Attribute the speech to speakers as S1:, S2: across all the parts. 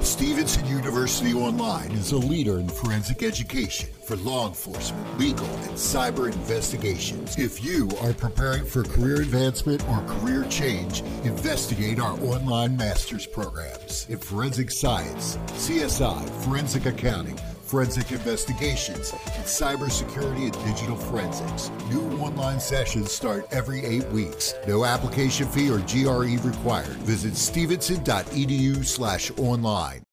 S1: Stevenson University Online is a leader in forensic education for law enforcement, legal, and cyber investigations. If you are preparing for career advancement or career change, investigate our online master's programs in forensic science, CSI, forensic accounting, forensic investigations, and cybersecurity and digital forensics. New online sessions start every eight weeks. No application fee or GRE required. Visit stevenson.edu slash online.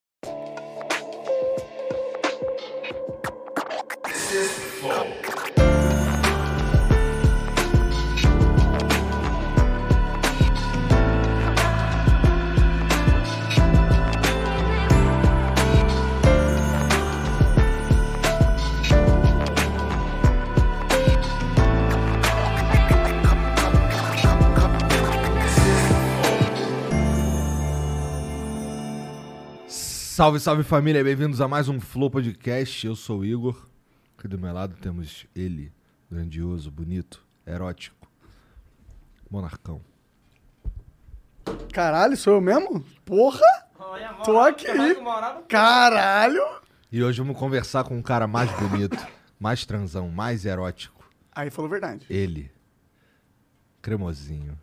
S2: Salve, salve família, bem-vindos a mais um Flow Podcast. Eu sou o Igor. Aqui do meu lado temos ele, grandioso, bonito, erótico, monarcão.
S3: Caralho, sou eu mesmo? Porra! Tô aqui! Caralho!
S2: E hoje vamos conversar com um cara mais bonito, mais transão, mais erótico.
S3: Aí falou verdade.
S2: Ele, cremosinho.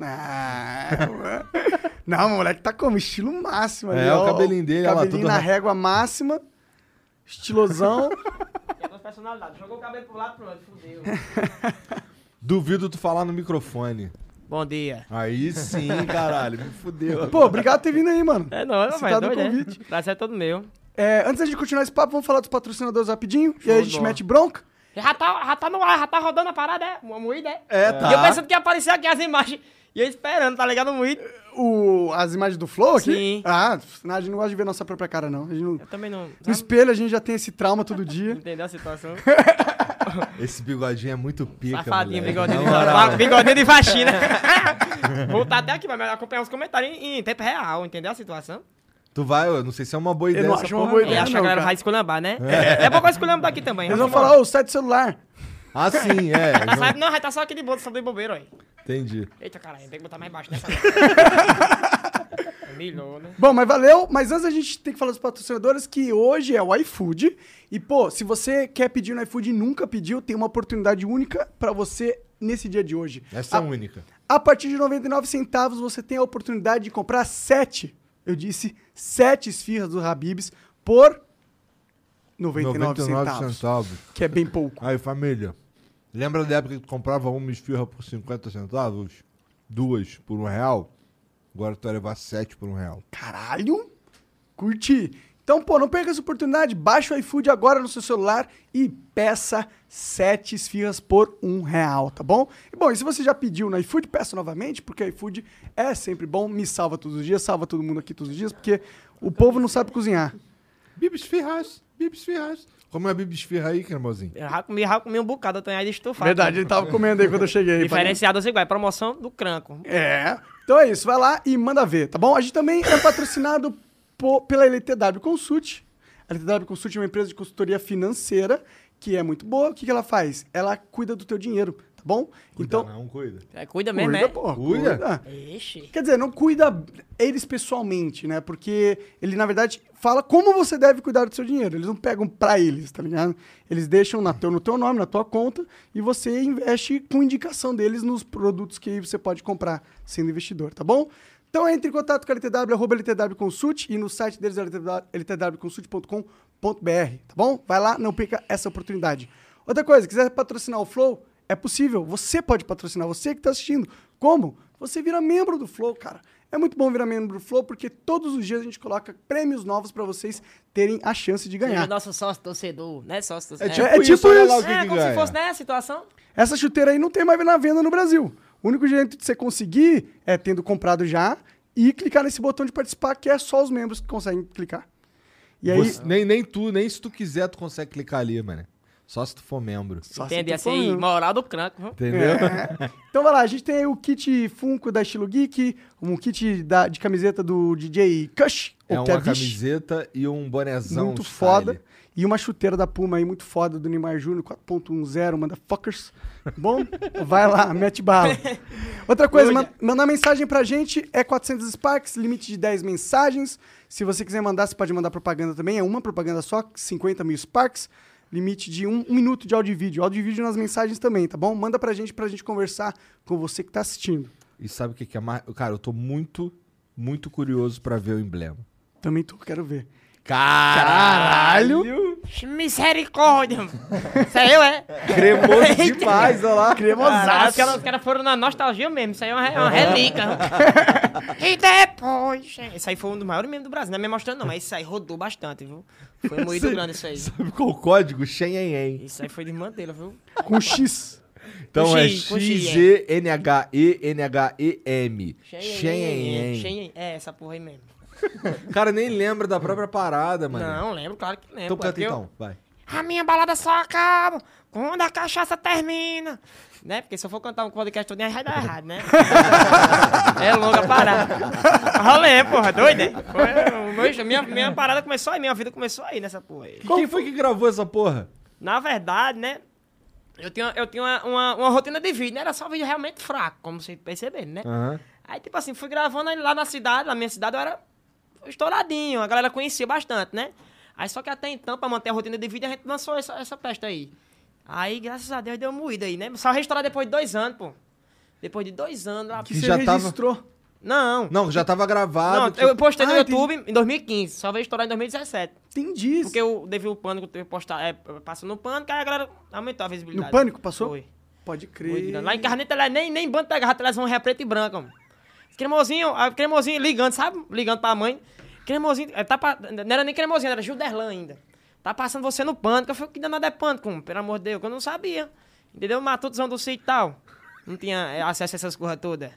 S3: Ah, não, o moleque tá como? Estilo máximo. ali,
S2: É, o
S3: ó,
S2: cabelinho dele, olha lá,
S3: Cabelinho
S2: tudo
S3: na
S2: ra-
S3: régua máxima. Estilosão.
S4: Tem duas personalidades. Jogou o cabelo pro lado, pronto, fudeu.
S2: Duvido tu falar no microfone.
S4: Bom dia.
S2: Aí sim, caralho, me fudeu.
S3: Pô, obrigado por ter vindo aí, mano.
S4: É nóis,
S3: Você
S4: mas
S3: tá
S4: doido,
S3: no
S4: né?
S3: convite.
S4: Prazer é todo meu.
S3: É, antes da gente continuar esse papo, vamos falar dos patrocinadores rapidinho. e aí a
S4: Show,
S3: gente
S4: bora.
S3: mete bronca.
S4: Já tá, já tá no ar, já tá rodando a parada, é? Uma moída, é?
S2: É,
S4: E eu
S2: tá.
S4: pensando que ia aparecer aqui as imagens. E eu esperando, tá ligado? Moída.
S3: O, as imagens do Flow aqui.
S4: Sim. É.
S3: Ah, não, a gente não gosta de ver nossa própria cara, não. A gente não-
S4: Eu também não.
S3: No
S4: Sabe?
S3: espelho a gente já tem esse trauma todo dia.
S4: Entendeu a situação?
S2: Esse bigodinho é muito pica,
S4: Safadinho,
S2: moleque.
S4: bigodinho,
S2: Na
S4: de,
S2: moral.
S4: va- bigodinho de vagina. Vou tá até aqui, mas acompanhar os comentários em, em tempo real, entendeu a situação?
S2: Tu vai, eu não sei se é uma boa ideia.
S3: não
S2: essa
S3: acho uma
S2: porra,
S3: boa
S2: não.
S4: E acho que a
S3: não,
S4: galera
S3: cara.
S4: vai esculhambar, né? É, bom que eu esculhambo daqui também.
S3: Eles vão falar, ô, sai do celular.
S2: Ah, sim, é.
S4: Tá
S2: eles não-
S4: saindo- Não, já tá só aqui de boa, só de bobeiro, aí.
S2: Entendi.
S4: Eita, caralho, tem que botar mais baixo, né? Milhou, né?
S3: Bom, mas valeu. Mas antes a gente tem que falar dos patrocinadores, que hoje é o iFood. E, pô, se você quer pedir no iFood e nunca pediu, tem uma oportunidade única pra você nesse dia de hoje.
S2: Essa é
S3: a,
S2: única.
S3: a partir de 99 centavos, você tem a oportunidade de comprar sete, eu disse, sete esfirras do Habibs por 99, centavos,
S2: centavos.
S3: que é bem pouco.
S2: Aí, família. Lembra da época que tu comprava uma esfirra por 50 centavos? Duas por um real? Agora tu vai levar sete por um real.
S3: Caralho! Curti! Então, pô, não perca essa oportunidade. Baixa o iFood agora no seu celular e peça sete esfirras por um real, tá bom? E, bom, e se você já pediu no iFood, peça novamente, porque o iFood é sempre bom. Me salva todos os dias, salva todo mundo aqui todos os dias, porque o povo não sabe cozinhar.
S2: Bibis Ferraz, Bibis Ferraz. Como é a Bibis Ferraz aí, cremosinho?
S4: Eu já comi, já comi um bocado, eu tô aí de estufado.
S3: Verdade, ele tá tava comendo aí quando eu cheguei.
S4: Diferenciado assim, igual, é promoção do cranco.
S3: É. Então é isso, vai lá e manda ver, tá bom? A gente também é patrocinado po- pela LTW Consult. A LTW Consult é uma empresa de consultoria financeira que é muito boa. O que, que ela faz? Ela cuida do teu dinheiro, tá bom? então,
S2: Não, cuida. né?
S4: É, cuida mesmo,
S3: cuida,
S4: é?
S3: pô,
S2: Cuida?
S3: cuida.
S4: Ixi.
S3: Quer dizer, não cuida eles pessoalmente, né? Porque ele, na verdade, fala como você deve cuidar do seu dinheiro. Eles não pegam pra eles, tá ligado? Eles deixam na teu, no teu nome, na tua conta, e você investe com indicação deles nos produtos que você pode comprar sendo investidor, tá bom? Então entre em contato com a LTW, arroba LTW Consult, e no site deles é ltwconsult.com.br, tá bom? Vai lá, não perca essa oportunidade. Outra coisa, quiser patrocinar o Flow, é possível. Você pode patrocinar, você que está assistindo. Como? Você vira membro do Flow, cara. É muito bom virar membro do Flow, porque todos os dias a gente coloca prêmios novos para vocês terem a chance de
S4: Seja
S3: ganhar.
S4: nosso sócio torcedor, né? Sócio
S2: É
S4: torcedor.
S2: tipo,
S3: É tipo
S2: isso, olha lá
S3: isso.
S2: o que
S4: É,
S2: que
S4: como
S2: ganha.
S4: se fosse, né, a situação.
S3: Essa chuteira aí não tem mais na venda no Brasil. O único jeito de você conseguir é tendo comprado já e clicar nesse botão de participar, que é só os membros que conseguem clicar. E aí,
S2: Você- nem, nem tu, nem se tu quiser, tu consegue clicar ali, mano.
S5: Só se tu for membro.
S3: Só né? se
S4: Entendi,
S3: tu for
S4: assim,
S3: tipo eu.
S4: moral do cranco. viu?
S5: Entendeu?
S2: É.
S3: Então vai lá, a gente tem aí o kit Funko da Estilo Geek, um kit da- de camiseta do DJ Kush,
S5: É,
S3: ou
S5: uma
S3: Kevish,
S5: camiseta e um bonezão.
S3: muito
S5: style.
S3: foda. E uma chuteira da Puma aí, muito foda, do Neymar Júnior, 4.10, motherfuckers. Bom, vai lá, mete bala. Outra coisa, man- mandar mensagem pra gente é 400 Sparks, limite de 10 mensagens. Se você quiser mandar, você pode mandar propaganda também, é uma propaganda só, 50 mil Sparks. Limite de um, um minuto de áudio e vídeo. Áudio e vídeo nas mensagens também, tá bom? Manda pra gente, pra gente conversar com você que tá assistindo.
S5: E sabe o que, que é mais. Cara, eu tô muito, muito curioso pra ver o emblema.
S3: Também tô, quero ver.
S5: Caralho!
S4: Misericórdia, mano. Isso aí eu é.
S5: Cremoso demais, olha lá.
S4: Caralho, os caras- os caras foram na nostalgia mesmo. Isso aí é uma, re- uma relíquia. e depois... Isso aí foi um dos maiores memes do Brasil. Não é me mostrando, não. Mas isso aí rodou bastante, viu? Foi muito
S5: Sim.
S4: grande isso aí.
S5: Sabe qual o código? Xenhenhen.
S4: Isso aí foi de Mandela, viu?
S3: Com X.
S5: Então
S4: Com
S5: é
S4: X, com X,
S5: X-G-N-H-E-N-H-E-M. Xenhenhen.
S4: Shen É, essa porra aí mesmo.
S5: Cara, nem lembra da própria parada, mano.
S4: Não, lembro, claro que lembro.
S5: Então
S4: é
S5: canta
S4: porque eu-
S5: então, vai.
S4: A minha balada só acaba quando a cachaça termina. Né? Porque se eu for cantar um podcast todo dia, vai dar errado, né? é longa a parada. Rolê, porra, doido, né? Foi- o meu- minha, minha parada começou aí, minha vida começou aí nessa porra aí.
S5: Quem foi que gravou essa porra?
S4: Na verdade, né? Eu tinha, eu tinha uma, uma, uma rotina de vídeo, né? Era só vídeo realmente fraco, como vocês perceberam, né?
S5: Aham.
S4: Aí, tipo assim, fui gravando aí lá na cidade, na minha cidade eu era estouradinho, a galera conhecia bastante, né? Aí só que até então, pra manter a rotina de vida, a gente lançou essa, essa peste aí. Aí, graças a Deus, deu moída aí, né? Só restaurar depois de dois anos, pô. Depois de dois anos lá.
S3: Que
S5: E
S3: você
S5: já tava-
S3: registrou.
S4: Não.
S5: Não, já tava gravado.
S4: Não,
S5: que-
S4: eu postei no
S3: Ah, entendi.
S4: YouTube em 2015, só veio estourar em 2017.
S3: Entendi.
S4: Porque eu devido o pânico ter postado, é, passou no pânico, aí a galera aumentou a visibilidade.
S3: No Pânico passou?
S4: Foi.
S3: Pode
S4: Foi,
S3: crer.
S4: grande. Lá em Carneta, lá é nem, nem bando pegava, a televisão é preta e branca, mano. Cremosinho, a cremosinho ligando, sabe? Ligando pra mãe. Cremosinho, eh, tá pa- não era nem cremosinho, era Gilderlan ainda. Tá passando você no pânico. Eu falei, que danado é pânico, mano? pelo amor de Deus, que eu não sabia. Entendeu? Matutuzão do sítio e tal. Não tinha eh, acesso a essas coisas todas.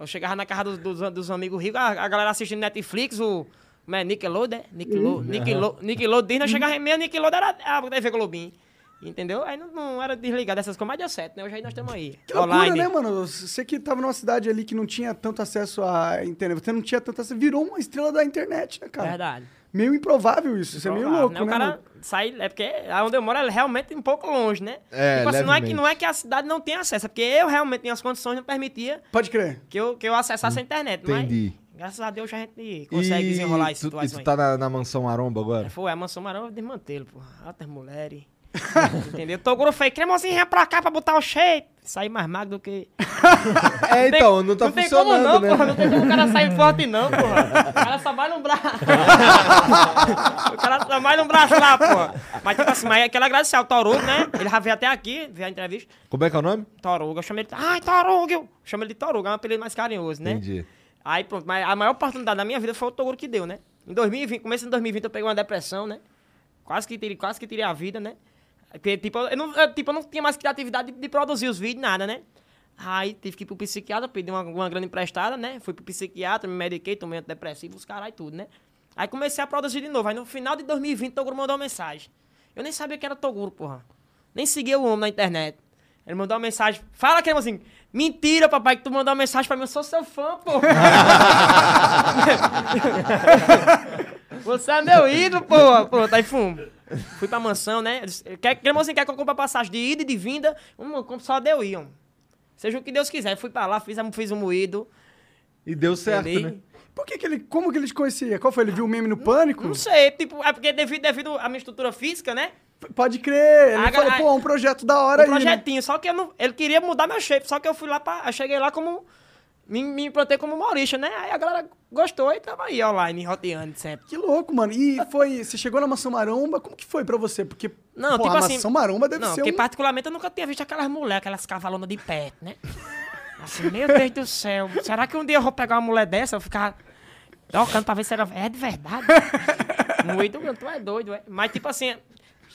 S4: Eu chegava na casa dos, dos, dos amigos ricos, a, a galera assistindo Netflix, o. Como é? Nickelodeon? é? Nickelode- Nickelode- Nickelodeon, Disney, eu chegava em meia, Nickelodeon era a TV Globinho. Entendeu? Aí não, não era desligado dessas coisas, mas deu certo, né? Hoje aí nós estamos aí.
S3: Que loucura, né, mano? Você que tava numa cidade ali que não tinha tanto acesso à internet, você não tinha tanto acesso, virou uma estrela da internet, né, cara?
S4: Verdade.
S3: Meio improvável isso, isso é meio
S4: Provável,
S3: louco,
S4: né?
S3: né?
S4: O cara
S3: mano?
S4: sai. É porque lá onde eu moro é realmente um pouco longe, né?
S5: É,
S4: tipo assim, não é, que,
S5: levemente.
S4: não é que a cidade não tem acesso, é porque eu realmente minhas condições não permitia
S3: Pode crer.
S4: que eu, que eu acessasse a
S3: Hum,
S4: internet.
S5: Entendi.
S4: Mas, graças a Deus, a gente consegue
S5: E
S4: desenrolar as
S5: tu- E
S4: situações.
S5: tu tá na, na mansão Aromba agora?
S4: É, Foi, a mansão marão eu desmantelo, porra. Altas mulheres. Entendeu? Tô grofei, cremosinho vem pra cá pra botar o shape. Sair mais magro do que.
S5: É,
S4: tem-
S5: então, não tá
S4: tem
S5: funcionando,
S4: como não,
S5: né?
S4: porra. Não tem como o cara sair forte, não, porra. O cara só vai no braço. o cara só vai no braço lá, porra. Mas, tipo assim, mas aquele agradecer ao Torugo, né? Ele já veio até aqui, veio a entrevista.
S5: Como é que é o nome?
S4: Torugo, eu chamo ele. Ai, Torugo! Eu chamo ele de Torugo, é um apelido mais carinhoso, né?
S5: Entendi.
S4: Aí pronto, mas a maior oportunidade da minha vida foi o Toguro que deu, né? Em 2020, começo de 2020 eu peguei uma depressão, né? Quase que tirei, quase que tirei a vida, né? Porque, tipo, eu não, eu, tipo, eu não tinha mais criatividade de, de produzir os vídeos, nada, né? Aí tive que ir pro psiquiatra, pedi uma, uma grana emprestada, né? Fui pro psiquiatra, me mediquei, tomei antidepressivo, os caras e tudo, né? Aí comecei a produzir de novo. Aí no final de 2020 o Toguro mandou uma mensagem. Eu nem sabia que era Toguro, porra. Nem seguia o homem na internet. Ele mandou uma mensagem. Fala, que assim, mentira, papai, que tu mandou uma mensagem pra mim. Eu sou seu fã, pô. Você é meu ídolo, pô. Pô, tá aí fumo. Fui pra mansão, né? Eles- Quer, quer, mocinho, quer que eu compre a passagem de ida e de vinda? Hum, eu compro só deu ir, hum. Seja o que Deus quiser. Fui pra lá, fiz, a- fiz um moído.
S5: E deu certo,
S4: Entendei?
S5: né?
S3: Por que, que ele. Como que ele te conhecia? Qual foi? Ele viu o meme no pânico?
S4: Não sei, tipo, é porque devido, devido à minha estrutura física, né?
S3: Pode crer. Ele
S4: Ah,
S3: falou,
S4: ah,
S3: pô, é um projeto da hora
S4: um
S3: aí. né?
S4: projetinho, só que eu não, ele queria mudar meu shape, só que eu fui lá pra. Eu cheguei lá como. Me, me implantei como humorista, né? Aí a galera gostou e tamo aí online, roteando sempre.
S3: Que louco, mano. E foi. Você chegou na Mansão Maromba, como que foi pra você? Porque.
S4: Não,
S3: pô,
S4: tipo
S3: a
S4: assim-
S3: Mansão Maromba deve
S4: Não,
S3: ser.
S4: porque
S3: um...
S4: particularmente eu nunca tinha visto aquelas mulheres, aquelas cavalonas de perto, né? Assim, meu Deus do céu, será que um dia eu vou pegar uma mulher dessa? Eu vou ficar tocando pra ver se era. É de verdade? Muito grande, tu é doido, é. Mas tipo assim,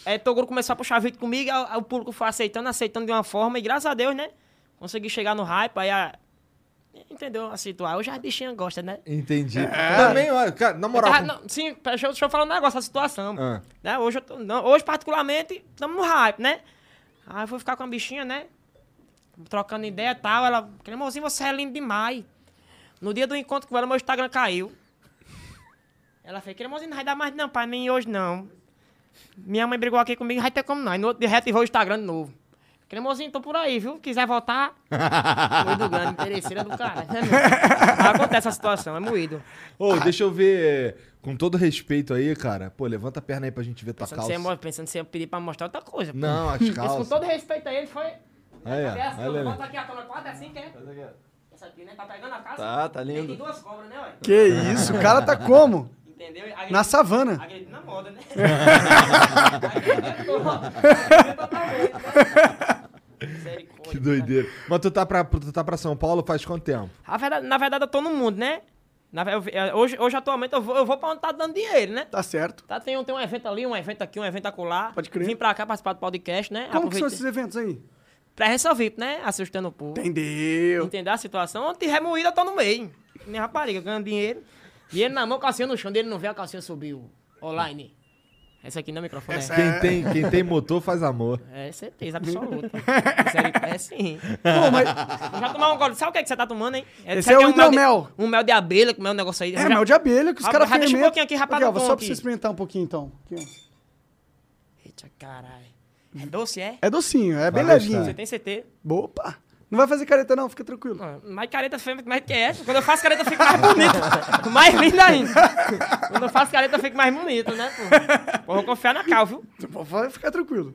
S4: é, Toguro começou a puxar vídeo comigo, aí o público foi aceitando, aceitando de uma forma, e graças a Deus, né? Consegui chegar no hype, aí a- Entendeu a situação? Hoje as bichinhas gostam, né?
S5: Entendi. Também, olha, cara, na
S4: Eu
S5: moral.
S4: tava- não, sim, pera, deixa eu, deixa eu falar um negócio da situação.
S5: Ah.
S4: Né? Hoje, eu tô- não, hoje, particularmente, estamos no hype, né? Aí eu fui ficar com a bichinha, né? Trocando ideia e tal. Ela, cremosinho, você é lindo demais. No dia do encontro com ela, meu Instagram caiu. Ela fez, cremosinho, não vai dar mais não pra mim hoje não. Minha mãe brigou aqui comigo, vai ter como não. Aí no outro dia reativou o Instagram de novo. Cremosinho, tô por aí, viu? Quiser voltar, foi do grande, interesseira do cara. Acontece essa situação, é moído.
S5: Ô, deixa eu ver. Com todo respeito aí, cara. Pô, levanta a perna aí pra gente ver tua
S4: Pensando se, ia,
S5: calça.
S4: mo- pensando se ia pedir pra mostrar outra coisa. pô.
S5: Não, as
S4: Isso com
S5: calças.
S4: todo respeito a ele foi.
S5: Aí,
S2: É,
S5: ó.
S4: Cadê essa?
S5: Olha ali.
S4: Bota aqui a câmera 4, é assim que é? Essa aqui, né? Tá pegando a casa?
S2: Tá, tá lindo.
S4: Tem duas cobras, né, ué?
S3: Que isso, o cara tá como?
S4: Entendeu? Agredido-
S3: Na savana.
S4: Agredido na moda, né? Agredido na moda. Você tá doido. Misericórdia,
S5: Que doideira. Mas tu tá, pra, tu tá pra São Paulo faz quanto tempo?
S4: cara. A verdade- na verdade, eu tô no mundo, né? Na ve- eu vi- eh, hoje, hoje, atualmente, eu vou, eu vou pra onde tá dando dinheiro, né?
S3: Tá certo.
S4: Tá, tem, um, tem um evento ali, um evento aqui, um evento acolá.
S3: Pode crer.
S4: Vim pra cá participar do podcast, né?
S3: Como que são
S4: Aproveitei-
S3: esses eventos aí?
S4: Presença VIP, né? Assustando o povo.
S3: Entendeu?
S4: Entendeu a situação? Onde tiver moída, eu tô no meio. Minha rapariga ganhando dinheiro. Dinheiro na mão, calcinha no chão dele, não vê, a calcinha subiu. Online. Essa aqui não é microfone. é.
S5: Quem tem, quem tem motor faz amor.
S4: É certeza absoluta. Sério, é sim.
S3: Pô, mas
S4: Eu Já tomar um gole. Sabe o que, é que você tá tomando, hein?
S3: Esse
S4: isso aqui
S3: é o
S4: mel de-
S3: hidromel.
S4: um mel de abelha, que é um negócio aí.
S3: é mel de abelha que os
S4: Ah,
S3: caras
S4: já
S3: fermentam.
S4: deixa um pouquinho aqui, rapaz,
S3: Aqui, ó,
S4: no tom
S3: Só pra
S4: aqui.
S3: você experimentar um pouquinho, então. Aqui, ó.
S4: Eita, caralho. É doce, é?
S3: É docinho, é bem
S5: Vai
S3: levinho.
S4: Você tem certeza?
S3: Opa! Não vai fazer careta não, fica tranquilo.
S4: Não, Mais careta fica mais que essa. Quando eu faço careta, eu fico mais bonito. mais linda ainda. Quando eu faço careta, eu fico mais bonito, né, pô? Pô, eu vou confiar na Cal, viu?
S3: Vai ficar tranquilo.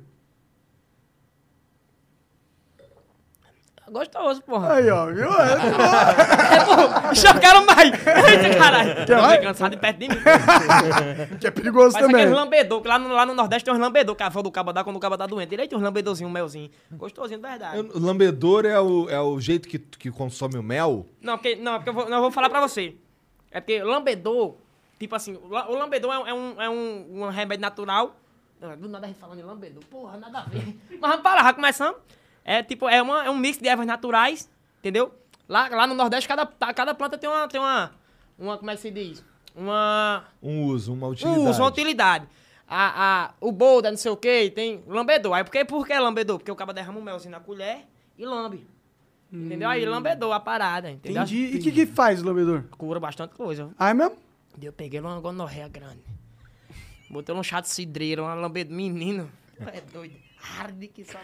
S4: Tá Gostoso, porra.
S3: Aí, ó, viu? É,
S4: Chocaram mais. Eita, caralho. Tô
S3: mais?
S4: brincando, sai de perto de mim.
S3: que é perigoso
S4: Parece
S3: também.
S4: aqueles lambedor, que lá no, lá no Nordeste tem uns lambedor que a avó do cabo dá quando o cabo tá doente. Ele tem uns lambedorzinhos, um melzinho. Gostosinho, de verdade.
S5: Eu- Lambedor é o, é o jeito que, que consome o mel?
S4: Não, porque, não, é porque eu vou, não, eu vou falar pra você. É porque lambedor, tipo assim, o la- o lambedor é, um- é um, é um, um remédio natural. Ah, Do nada a gente falando em lambedor. Porra, nada a ver. Mas vamos parar, já começamos. É tipo, é, uma, é um mix de ervas naturais, entendeu? Lá, lá no Nordeste, cada, tá- cada planta tem uma, tem uma, uma, como é que se diz? Uma,
S5: Um uso, uma utilidade.
S4: um uso, uma utilidade. A, a, o bolda, não sei o que, tem lambedor. Aí por que, por que lambedor? Porque o cara derrama um melzinho na colher e lambe. Entendeu? Aí lambedou a parada, entendeu?
S3: Hum. Entendi. E o que, que faz o lambedor?
S4: Cura bastante coisa.
S3: Ah, é mesmo?
S4: Daí Eu peguei uma gonorreia grande. Botei um chá de cidreira, uma lambeda. Menino, tu é doido. Arde que só.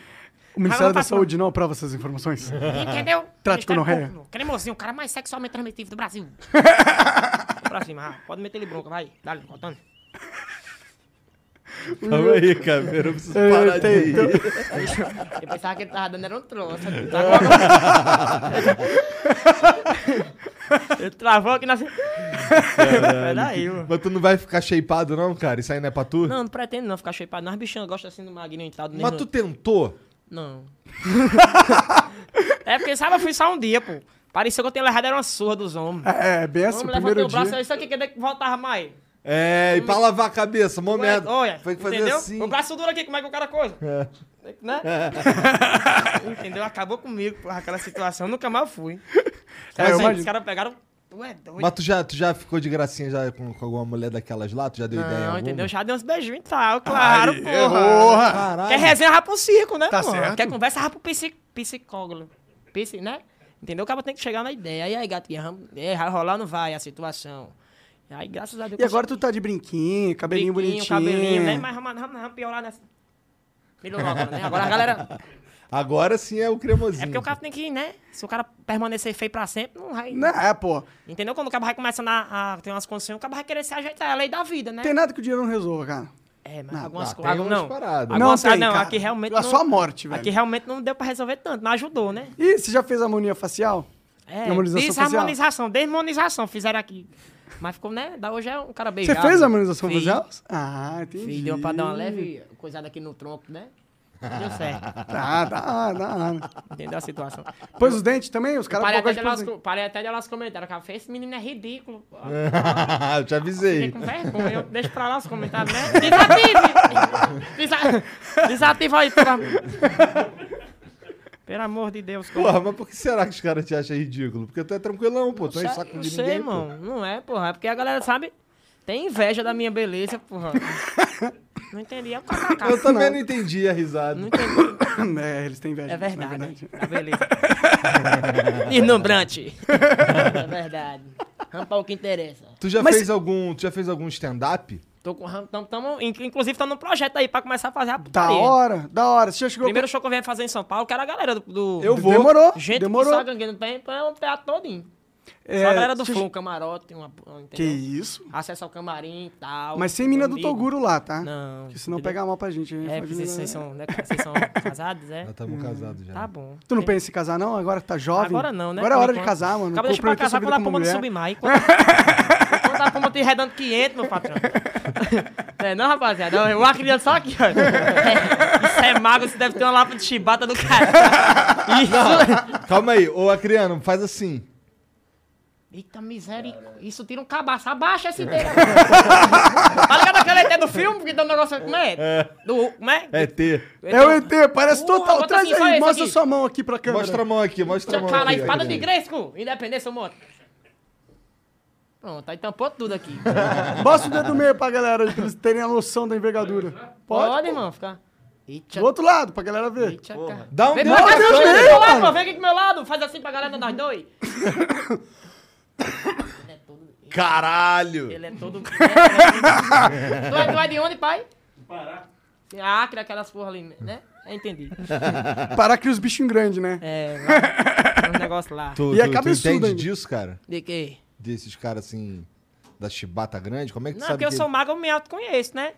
S3: O Ministério
S4: Cara,
S3: da
S4: não tá
S3: Saúde não aprova essas informações.
S4: Entendeu?
S3: Trate
S4: Ministério
S3: gonorreia.
S4: Público, um Cremosinho, o cara mais sexualmente transmitido do Brasil. pra cima, ah, pode meter ele bronca, vai. Dá-lhe, cortando.
S5: Calma aí, cara. Eu preciso
S3: É,
S5: parar de
S3: tem,
S5: rir.
S4: Eu pensava que ele tava dando era um troço. Ele travou- Ele travou aqui na. Peraí, mano.
S5: Mas tu não vai ficar shapeado não, cara? Isso aí não é pra tu?
S4: Não, não pretendo não ficar shapeado. Nós bichinhos gostam assim do magrinho e tal. do
S5: Mas
S4: mesmo-
S5: tu tentou?
S4: Não. é porque, sabe, eu fui só um dia, pô. Pareceu que eu tinha levado era uma surra dos homens.
S3: É, é bem
S4: O
S3: assim, o
S4: homem levantou
S3: primeiro
S4: o braço,
S3: dia.
S4: isso aqui que voltava mais.
S5: É, e pra lavar a cabeça, mó
S3: é
S4: Ué,
S5: merda.
S4: Olha,
S5: Foi que fazer
S4: entendeu?
S5: assim.
S4: O braço duro aqui, como é que o cara coisa? Né?
S3: É.
S4: entendeu? Acabou comigo, porra, aquela situação. Eu nunca mais fui. Os
S3: É, eu
S4: caras,
S3: imagino.
S4: os caras pegaram... Tu é doido.
S5: Mas tu já, tu já ficou de gracinha já com, com alguma mulher daquelas lá? Tu já deu ideia
S4: Não,
S5: alguma?
S4: entendeu? Já deu uns beijinhos e tal, claro, porra. Quer
S5: Caralho.
S4: resenha, vai pro circo, né,
S3: Tá
S4: porra?
S3: certo.
S4: Quer conversa, vai pro psic, psicólogo. Psi, né? Entendeu? O cara tem que chegar na ideia. E aí, gatinha, ram- é, vai rolar ou não vai a situação? E aí, graças a Deus...
S3: E agora tu tá de brinquinho, cabelinho
S4: Biquinho,
S3: bonitinho.
S4: cabelinho, né? Mas vamos, vamos, vamos piorar nessa... Melhorou agora, né? Agora a galera...
S5: Agora sim é o cremosinho.
S4: É porque o cara tem que, né? Se o cara permanecer feio pra sempre, não vai...
S3: Não, é, pô.
S4: Entendeu? Quando o cara vai começando a, a ter umas condições, o cara vai querer se ajeitar. É a lei da vida, né?
S3: Tem nada que o dinheiro não resolva, cara.
S4: É, mas
S3: Não,
S4: algumas
S5: tá,
S4: coisas...
S5: tem
S4: Não,
S5: umas paradas.
S3: Não
S4: algumas, ah,
S3: tem,
S4: não
S3: cara.
S4: aqui realmente
S3: É
S4: não...
S3: só a morte, velho.
S4: Aqui realmente não deu pra resolver tanto, não ajudou, né?
S3: Ih, você já fez a harmonia facial?
S4: É,
S3: Harmonização
S4: desharmonização, desmonização fizeram aqui. Mas ficou, né? Da hoje é um cara
S3: Você
S4: beijado.
S3: fez a harmonização
S4: Fiz,
S3: facial? Ah, entendi.
S4: Fiz, deu pra dar uma leve coisada aqui no tronco, né? Deu certo.
S3: Tá, dá, dá.
S4: Entendeu a situação?
S3: Pôs os dentes também? Os caras
S4: Parei
S3: colocam tipo
S4: até,
S3: de
S4: de
S3: pôr os
S4: elas,
S3: dentes.
S4: parei até de elas comentarem, cara, esse menino é ridículo. pô."
S5: eu te
S4: Fiquei
S5: avisei.
S4: com vergonha, eu deixo pra lá os comentários, né? Desative! Desa- Desativa aí, pelo amor. Pelo amor de Deus, cara.
S5: Porra, mas por que será que os caras te acham ridículo? Porque tu é tranquilão, pô. Tu não é saco
S4: não
S5: de
S4: sei,
S5: ninguém, pô.
S4: irmão. Não é, porra. É porque a galera, sabe, tem inveja da minha beleza, porra. não entendi. É o kkk.
S5: Eu também não entendi a risada.
S4: Não entendi.
S3: é, eles têm inveja.
S4: É
S3: na
S4: verdade. A beleza. Deslumbrante. é verdade. Rampar o que interessa.
S5: Tu já
S3: Mas-
S5: fez algum, tu já fez algum stand-up?
S4: Tô com, tam, tamo, in- inclusive, tá num projeto aí pra começar a fazer a
S3: Da
S4: putaria.
S3: hora, da hora. Você já chegou...
S4: Primeiro show que eu venho fazer em São Paulo, que era a galera do. do
S5: Eu
S4: do-
S5: vou.
S3: Demorou,
S4: Gente
S3: demorou.
S4: que só gangue não tem, então é um teatro todinho.
S3: É,
S4: só a galera do
S3: você-
S4: Flow, camarote, uma,
S3: Que
S4: entendeu?
S3: isso?
S4: Acesso ao camarim e tal.
S3: Mas sem mina do
S4: amigo.
S3: Toguro lá, tá?
S4: Não,
S3: Porque senão
S4: entendeu?
S3: pega mal pra gente. hein?
S4: É,
S3: Fala de
S4: porque vocês,
S3: mina-
S4: vocês são, né, vocês são casados, é?
S5: Já estamos casados já.
S4: Tá bom.
S3: Tu não pensa em casar, não? Agora que tá jovem?
S4: Agora não, né?
S3: Agora é
S4: por
S3: hora de
S4: enquanto.
S3: casar, mano.
S4: Acaba de deixar pra
S3: Comprometer sua
S4: casar
S3: vida
S4: quando a
S3: como
S4: pomba não
S3: mulher.
S4: subir mais. Enquanto, enquanto a pomba tem redando 500, meu patrão. É, não, rapaziada. Eu, eu criança só aqui, ó. É, isso é mago, você deve ter uma lapa de chibata do cara. Isso.
S5: Calma aí, ô Acriano, faz assim.
S4: Eita misericórdia. Isso tira um cabaço. Abaixa essa ideia. tá ligado aquela ideia do filme que dá um negócio. Como é? Do, como é?
S5: É T.
S3: É o ET, parece
S4: Uh,
S3: total.
S4: bota
S3: Traz
S4: aqui, só
S3: aí,
S4: esse
S3: mostra
S4: aqui.
S3: sua mão aqui pra câmera.
S5: Mostra a mão aqui, mostra a mão
S4: Cara, a
S5: aqui.
S4: espada de
S5: Acriano.
S4: Gresco. Independência, moto. Pronto, aí tampou tudo aqui.
S3: Mostra o dedo do meio pra galera, pra eles terem a noção da envergadura.
S4: Pode,
S3: Pode?
S4: irmão, ficar. Eita,
S3: Do outro lado, pra galera ver.
S4: eita, cara.
S5: Dá um
S4: Vem
S5: dedo
S4: pra cá,
S5: no
S4: meu
S5: meio,
S4: filho, pro lado,
S3: mano.
S4: irmão. Vem aqui pro meu lado. Faz assim pra galera, nós dois. Ele é todo...
S5: Caralho!
S4: Ele é todo... tu, é, tu é de onde, pai? Do Pará. Acre, aquelas porra ali, né? É, entendi.
S3: Parar que os bichinhos grandes, né?
S4: É, lá, um negócio lá.
S5: Tu,
S3: E
S5: tu,
S3: é
S5: tu
S3: cabeçudo
S5: entende
S3: ainda.
S5: disso, cara?
S4: De quê?
S5: Desses caras assim, da chibata grande? Como é que tu
S4: Não,
S5: sabe
S4: porque eu
S5: que...
S4: sou mago, eu me autoconheço, né?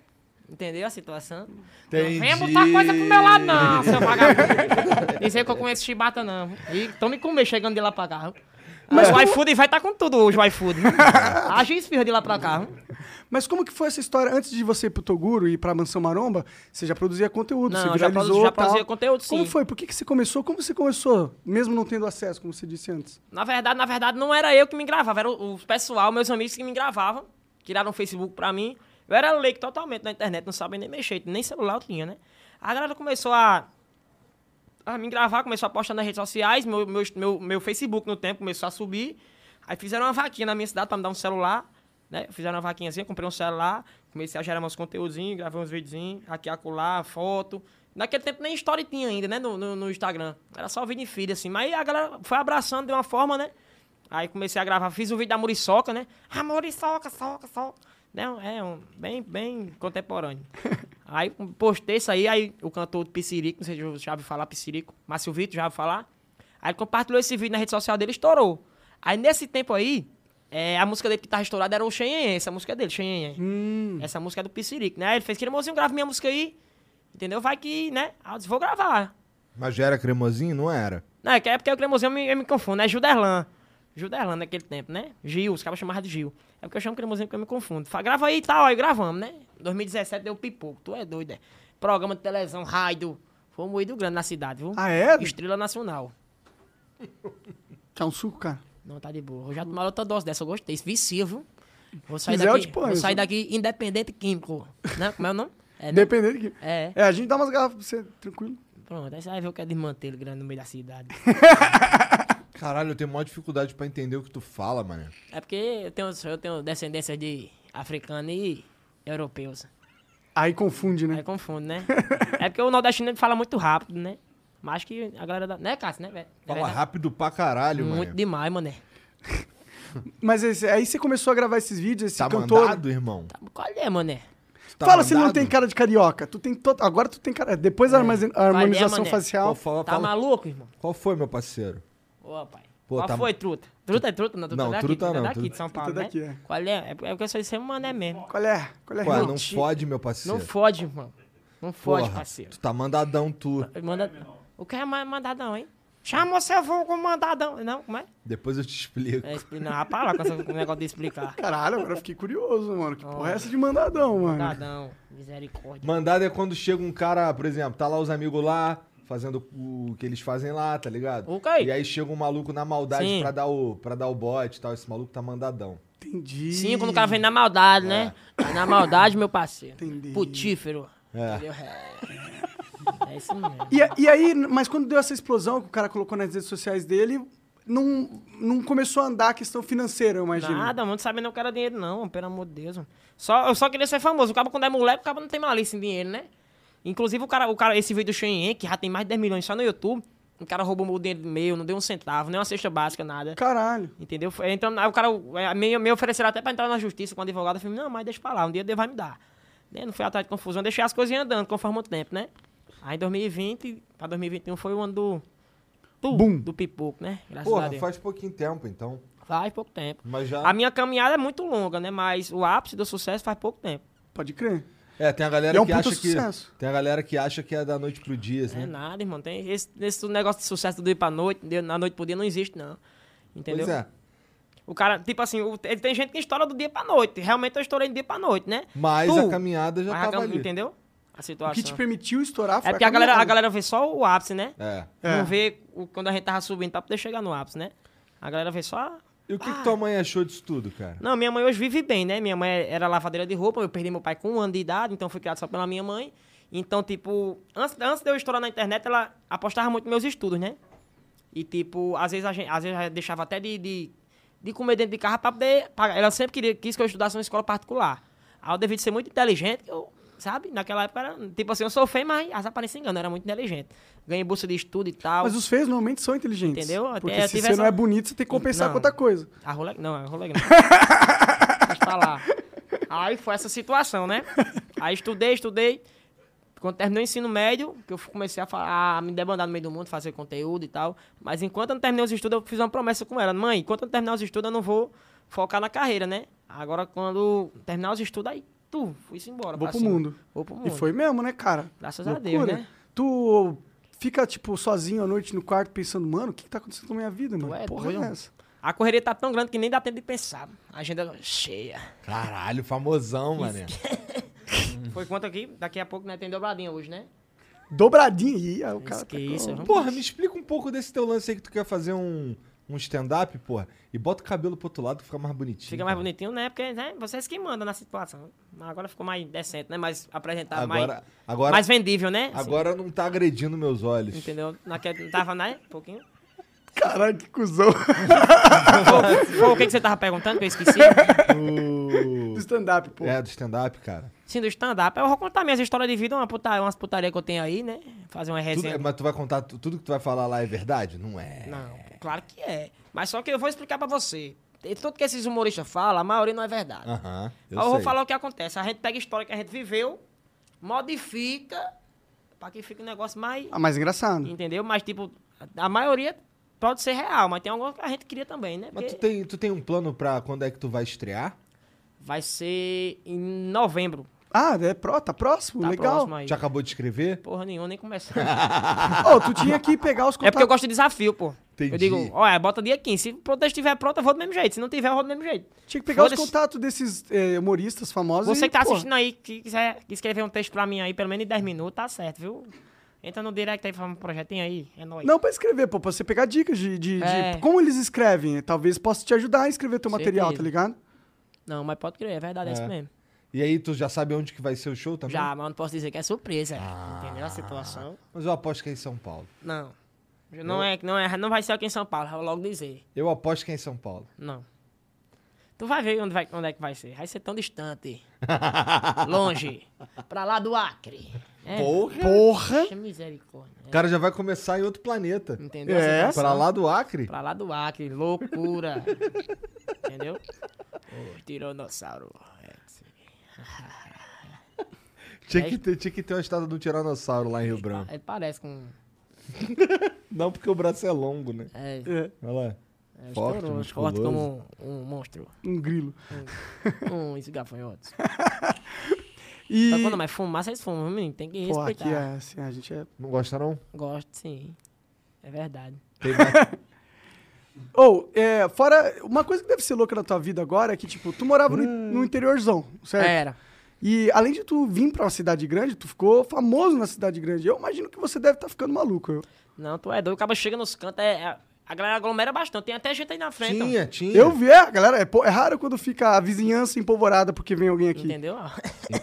S4: Entendeu a situação?
S5: Entendi.
S4: Não venha botar coisa pro meu lado, não, seu vagabundo. Dizer que eu conheço chibata, não. E tão me comer chegando de lá pra cá. Mas o iFood vai estar com tudo hoje, o iFood. Haja espirra de lá pra cá.
S3: Mas como que foi essa história antes de você ir pro Toguro e pra Mansão Maromba? Você já produzia conteúdo,
S4: Não,
S3: você
S4: já
S3: viralizou
S4: produzi-
S3: tal.
S4: já produzia conteúdo,
S3: Como
S4: sim.
S3: foi? Por que, que você começou? Como você começou? Mesmo não tendo acesso, como você disse antes.
S4: Na verdade, na verdade, não era eu que me gravava, era o, o pessoal, meus amigos que me gravavam, tiraram o Facebook pra mim. Eu era leigo totalmente na internet, não sabia nem mexer, nem celular eu tinha, né? A galera começou a, a me gravar, começou a postar nas redes sociais, meu, meu, meu, meu Facebook no tempo começou a subir. Aí fizeram uma vaquinha na minha cidade pra me dar um celular, né? Fizeram uma vaquinhazinha, comprei um celular, comecei a gerar meus conteúdinhos, gravei uns videozinhos, aqui, acolá, foto. Naquele tempo nem story tinha ainda, né? No, no, no Instagram. Era só vídeo e feed, assim. Mas a galera foi abraçando de uma forma, né? Aí comecei a gravar, fiz o vídeo da Muriçoca, né? A Muriçoca, soca, soca. Né? É um, bem, bem contemporâneo. aí postei isso aí, aí o cantor do Pissirico, não sei se você já ouviu falar Pissirico, Márcio Vitor já ouviu falar. Aí ele compartilhou esse vídeo na rede social dele e estourou. Aí nesse tempo aí, é, a música dele que tava estourada era o Xenhenhen, essa música é dele, Xenhenhen. Essa música é do Pissirico, né? Aí ele fez, cremosinho, grava minha música aí. Entendeu? Vai que, né? Aí eu disse, vou gravar.
S5: Mas já era cremosinho? Não era.
S4: Não, é que- é porque o cremosinho eu me, eu me confundo, é Juderlan. Juderlan naquele tempo, né? Gil, os caras chamavam de Gil. É porque eu chamo cremosinho porque eu me confundo. Fala, grava aí e tal, aí gravamos, né? 2017 deu pipoco, tu é doido, é. Programa de televisão, raio. Foi um moído grande na cidade, viu?
S3: Ah, é?
S4: Estrela Nacional.
S3: Tá um suco, cara.
S4: Não, tá de boa. Eu já tomei outra dose dessa, eu gostei. Isso Vicia, viu? Vou sair,
S3: Quiser, eu
S4: daqui,
S3: te ponho,
S4: vou sair
S3: viu?
S4: daqui independente químico. Né? Como é o nome? É, né?
S3: Dependendo de que.
S4: É.
S3: É, a gente dá umas garrafas pra você, tranquilo.
S4: Pronto, aí você vai ver o que é desmantelo grande no meio da cidade.
S5: Caralho, eu tenho maior dificuldade pra entender o que tu fala, mano.
S4: É porque eu tenho, eu tenho descendência de africano e europeus.
S3: Aí confunde, né?
S4: Aí confundo, né? é porque o nordestino fala muito rápido, né? Mas acho que a galera da. Né, Cássio, né? velho?
S5: Fala
S4: Galera-
S5: rápido pra caralho,
S4: Muito
S5: mano.
S4: demais, mané.
S3: Mas esse- aí você começou a gravar esses vídeos, esse
S5: Tá
S3: cantor.
S5: mandado, irmão?
S4: Qual é, mané?
S5: Tá
S3: fala se não
S5: mandado?
S3: tem cara de carioca. Tu tem to- Agora tu tem cara. Depois
S4: É.
S3: da armazen- a
S4: Vai,
S3: harmonização
S4: né, mané?
S5: Pô,
S3: facial.
S5: fala,
S4: Tá
S5: fala.
S4: maluco, irmão?
S5: Qual foi, meu parceiro?
S4: Ô, pai.
S5: Pô,
S4: Qual
S5: tá-
S4: foi, truta? Truta é truta, não? Truta
S5: Não,
S4: é daqui,
S5: truta
S4: é
S5: não,
S4: daqui
S5: truta-
S4: de São Paulo,
S3: truta
S4: né?
S3: daqui, é.
S4: Qual é? É porque é porque eu sou sempre mané mesmo.
S3: Qual é? Qual é?
S5: Ué,
S3: irmão?
S5: não
S4: Ti-
S5: fode, meu parceiro.
S4: Não fode, irmão. Não fode,
S5: Porra,
S4: parceiro.
S5: Tu tá mandadão, tu.
S4: Manda... O que é ma- mandadão, hein? Chamou seu vulgo mandadão. Não, como é?
S5: Depois eu te explico.
S4: É, expli- Não, rapaz, lá com essa- com o negócio de explicar.
S3: Caralho, agora eu fiquei curioso, mano. Que porra é essa de mandadão, mano?
S4: Cidadão, misericórdia.
S5: Mandado é quando chega um cara, por exemplo, tá lá os amigos lá, fazendo o que eles fazem lá, tá ligado?
S4: Ok.
S5: E aí chega um maluco na maldade
S4: Sim.
S5: pra dar, o, pra dar o bote e tal. Esse maluco tá mandadão.
S3: Entendi.
S4: Sim, quando o cara vem na maldade, né? Na maldade, meu parceiro.
S3: Entendi.
S4: Putífero.
S5: É.
S4: Entendeu? É. É isso mesmo.
S3: E, a- e aí, mas quando deu essa explosão que o cara colocou nas redes sociais dele, não, não começou a andar a questão financeira, eu imagino.
S4: Nada, mano, não sabe nem o cara dinheiro, não, mano, pelo amor de Deus, mano. Só, eu só queria ser famoso. O cara, quando é moleque, o cara não tem malícia em dinheiro, né? Inclusive, o cara, o cara esse vídeo do Shein, que já tem mais de 10 milhões só no YouTube, o cara roubou meu dinheiro meu, não deu um centavo, nem uma cesta básica, nada.
S3: Caralho.
S4: Entendeu? Foi- Então, aí o cara é, me, me ofereceram até pra entrar na justiça com o advogado. Eu falei, não, mas deixa pra lá, um dia Deus vai me dar. Daí não foi atrás de confusão, deixei as coisinhas andando, conforme o tempo, né? Aí 2020 pra 2021 foi o ano do. Do,
S3: Boom.
S4: do pipoco, né? Graças a
S5: Porra,
S4: Deus.
S5: faz Tá. pouquinho tempo, então.
S4: Faz pouco tempo.
S5: Mas já.
S4: A minha caminhada é muito longa, né? Mas o ápice do sucesso faz pouco tempo.
S3: Pode crer.
S5: É, tem a galera
S3: É um
S5: que
S3: puta
S5: acha que.
S3: sucesso.
S5: Tem a galera que acha que é da noite pro dia, assim.
S4: Não é nada, irmão. Tem esse, esse negócio de sucesso do dia pra noite, de- na noite pro dia, não existe, não. Entendeu?
S5: Pois é.
S4: O cara, tipo assim, o- ele tem gente que estoura do dia pra noite. Realmente eu estourei do dia pra noite, né?
S5: Mas
S4: Tu-
S5: a caminhada já
S4: Mas a
S5: tava
S4: cam-
S5: ali.
S4: Entendeu? A
S3: O
S4: situação.
S3: que te permitiu estourar foi
S4: é porque a galera, a
S3: caminhada.
S4: galera vê só o ápice, né?
S5: É.
S3: É.
S4: Não vê o- quando a gente tava subindo pra poder chegar no ápice, né? A galera vê só. a-
S5: E o que,
S4: Ah.
S5: que tua mãe achou disso tudo, cara?
S4: Não, minha mãe hoje vive bem, né? Minha mãe era lavadeira de roupa, eu perdi meu pai com um ano de idade, então fui criado só pela minha mãe. Então, tipo, antes, antes de eu estourar na internet, ela apostava muito nos meus estudos, né? E, tipo, às vezes a gente, às vezes ela deixava até de, de, de comer dentro de casa pra poder pagar. Ela sempre queria, quis que eu estudasse numa escola particular. Aí eu devia ser muito inteligente, eu, sabe? Naquela época, era, tipo assim, eu sou feio, mas as aparências enganam, eu era muito inteligente. Ganhei bolsa de estudo e tal.
S3: Mas os feios normalmente são inteligentes.
S4: Entendeu? Até
S3: Porque
S4: eu
S3: se
S4: tive
S3: você
S4: essa-
S3: não é bonito, você tem que compensar
S4: Não.
S3: com outra coisa.
S4: A Rolex, não, a Rolex não. Deixa pra lá. Aí foi essa situação, né? Aí estudei, estudei. Quando terminou o ensino médio, que eu fu- comecei a, fa- a me debandar no meio do mundo, fazer conteúdo e tal. Mas enquanto eu não terminei os estudos, eu fiz uma promessa com ela. Mãe, enquanto eu não terminar os estudos, eu não vou focar na carreira, né? Agora, quando terminar os estudos, aí tu, fui-se embora.
S3: Vou
S4: pra
S3: pro
S4: cima.
S3: mundo.
S4: Vou pro mundo.
S3: E foi mesmo, né, cara?
S4: Graças a Deus, né?
S3: Tu fica, tipo, sozinho à noite no quarto pensando, mano, o que, que tá acontecendo com a minha vida, mano?
S4: é
S3: Porra,
S4: doido.
S3: é essa?
S4: A correria tá tão grande que nem dá tempo de pensar. A agenda cheia.
S5: Caralho, famosão, mané.
S4: Foi quanto aqui? Daqui a pouco, né? Tem dobradinha hoje, né?
S3: Dobradinha. Ih, aí o cara
S4: Isso que é
S3: tá com-
S4: isso, eu não-
S5: Porra, me explica um pouco desse teu lance aí que tu quer fazer um, um stand-up, porra. E bota o cabelo pro outro lado que fica mais bonitinho.
S4: Fica mais
S5: cara.
S4: bonitinho, né? Porque né, vocês que mandam na situação. Agora ficou mais decente, né? Mais apresentável,
S5: Agora,
S4: mais,
S5: agora,
S4: mais vendível, né? Assim,
S5: agora não tá agredindo meus olhos.
S4: Entendeu? Naquele, tava, né? Um pouquinho.
S3: Caralho, que cuzão.
S4: Foi o que, que você tava perguntando que eu esqueci?
S5: O-
S3: Do Stand-up, pô.
S5: É, do stand-up, cara.
S4: Sim, do stand-up. Eu vou contar minhas histórias de vida, uma puta, umas putaria que eu tenho aí, né? Fazer uma
S5: Tudo-
S4: resenha.
S5: mas tu vai contar, tu- tudo que tu vai falar lá é verdade? Não é.
S4: Não, claro que é. Mas só que eu vou explicar pra você. E Tudo que esses humoristas falam, a maioria não é verdade.
S5: Aham, eu
S4: Aí eu vou
S5: sei.
S4: falar o que acontece. A gente pega a história que a gente viveu, modifica, pra que fique um negócio mais...
S3: Ah, mais engraçado.
S4: Entendeu? Mas, tipo, a maioria pode ser real, mas tem alguma que a gente queria também, né?
S5: Mas tu
S4: Porque
S5: tem, tu tem um plano pra quando é que tu vai estrear?
S4: Vai ser em novembro.
S3: Ah, é pró, tá próximo?
S4: Tá
S3: Legal.
S4: próximo aí.
S5: Já acabou de escrever?
S4: Porra nenhuma, nem começar.
S3: Ó, tu tinha que pegar os
S4: é
S3: contatos.
S4: porque eu gosto de desafio, pô.
S5: Entendi.
S4: Eu digo, olha, bota dia 15. Se o protesto estiver pronto, eu vou do mesmo jeito. Se não tiver, eu vou do mesmo jeito.
S5: Tipo
S3: Tinha que pegar os
S4: Foda-se.
S3: contatos desses eh, humoristas famosos
S4: Você
S3: e,
S4: que tá
S5: assim,
S3: porra,
S4: assistindo aí, que quiser escrever um texto pra mim aí, pelo menos em 10 minutos, tá certo, viu? Entra no direct aí, faz um projetinho aí. É nóis.
S3: Não, pra escrever, pô, pra você pegar dicas de, de- de
S4: É.
S3: como eles escrevem. Talvez possa te ajudar a escrever teu
S4: Certeza.
S3: material, tá ligado?
S4: Não, mas pode crer, é verdade, é,
S5: É. Tá
S4: isso mesmo.
S5: E aí tu já sabe onde que vai ser o show também?
S4: Já, mas eu não posso dizer que é surpresa.
S5: Ah.
S4: Entendeu a situação?
S5: Mas eu aposto que é em São Paulo.
S4: Não. Não, é, não, é, não vai ser aqui em São Paulo, eu vou logo dizer.
S5: Eu aposto que é em São Paulo.
S4: Não. Tu vai ver onde, vai, onde é que vai ser. Vai ser tão distante. Longe. Pra lá do Acre. É.
S3: Porra!
S4: Poxa, misericórdia.
S5: O cara já vai começar em outro planeta.
S4: Entendeu?
S3: É.
S4: Essa
S5: Pra
S4: situação?
S5: lá do Acre?
S4: Pra lá do Acre. Loucura. Entendeu? Ô, tiranossauro. É, Rex.
S5: Tinha que, ter, tinha que ter uma estátua do tiranossauro lá em Rio Branco.
S4: Ele parece com...
S5: Não, porque o braço é longo, né?
S4: É,
S3: É,
S5: Olha lá.
S4: é
S5: Forte,
S4: estourou,
S5: musculoso.
S4: forte como um, um monstro.
S3: um grilo.
S4: Um esgafanhoto.
S3: E.
S4: Só quando é mais fumar, vocês fumam, menino. Tem que
S3: Pô, aqui
S4: respeitar.
S3: é assim, a gente é.
S5: Não gosta, não?
S4: Gosto, sim. É verdade.
S5: Tem
S4: Então.
S5: mais-
S3: Ou, é, fora. Uma coisa que deve ser louca na tua vida agora é que, tipo, tu morava no,
S4: Hum.
S3: no interiorzão, certo?
S4: Era.
S3: E além de tu vir pra uma cidade grande, tu ficou famoso na cidade grande. Eu imagino que você deve estar tá ficando maluco. Eu.
S4: Não, tu é doido. O cara chega nos cantos, é, é- A galera aglomera bastante. Tem até gente aí na frente. ó.
S5: Tinha, tinha.
S3: Eu vi, é, galera, é, po- é raro quando fica a vizinhança empovorada porque vem alguém aqui.
S4: Entendeu?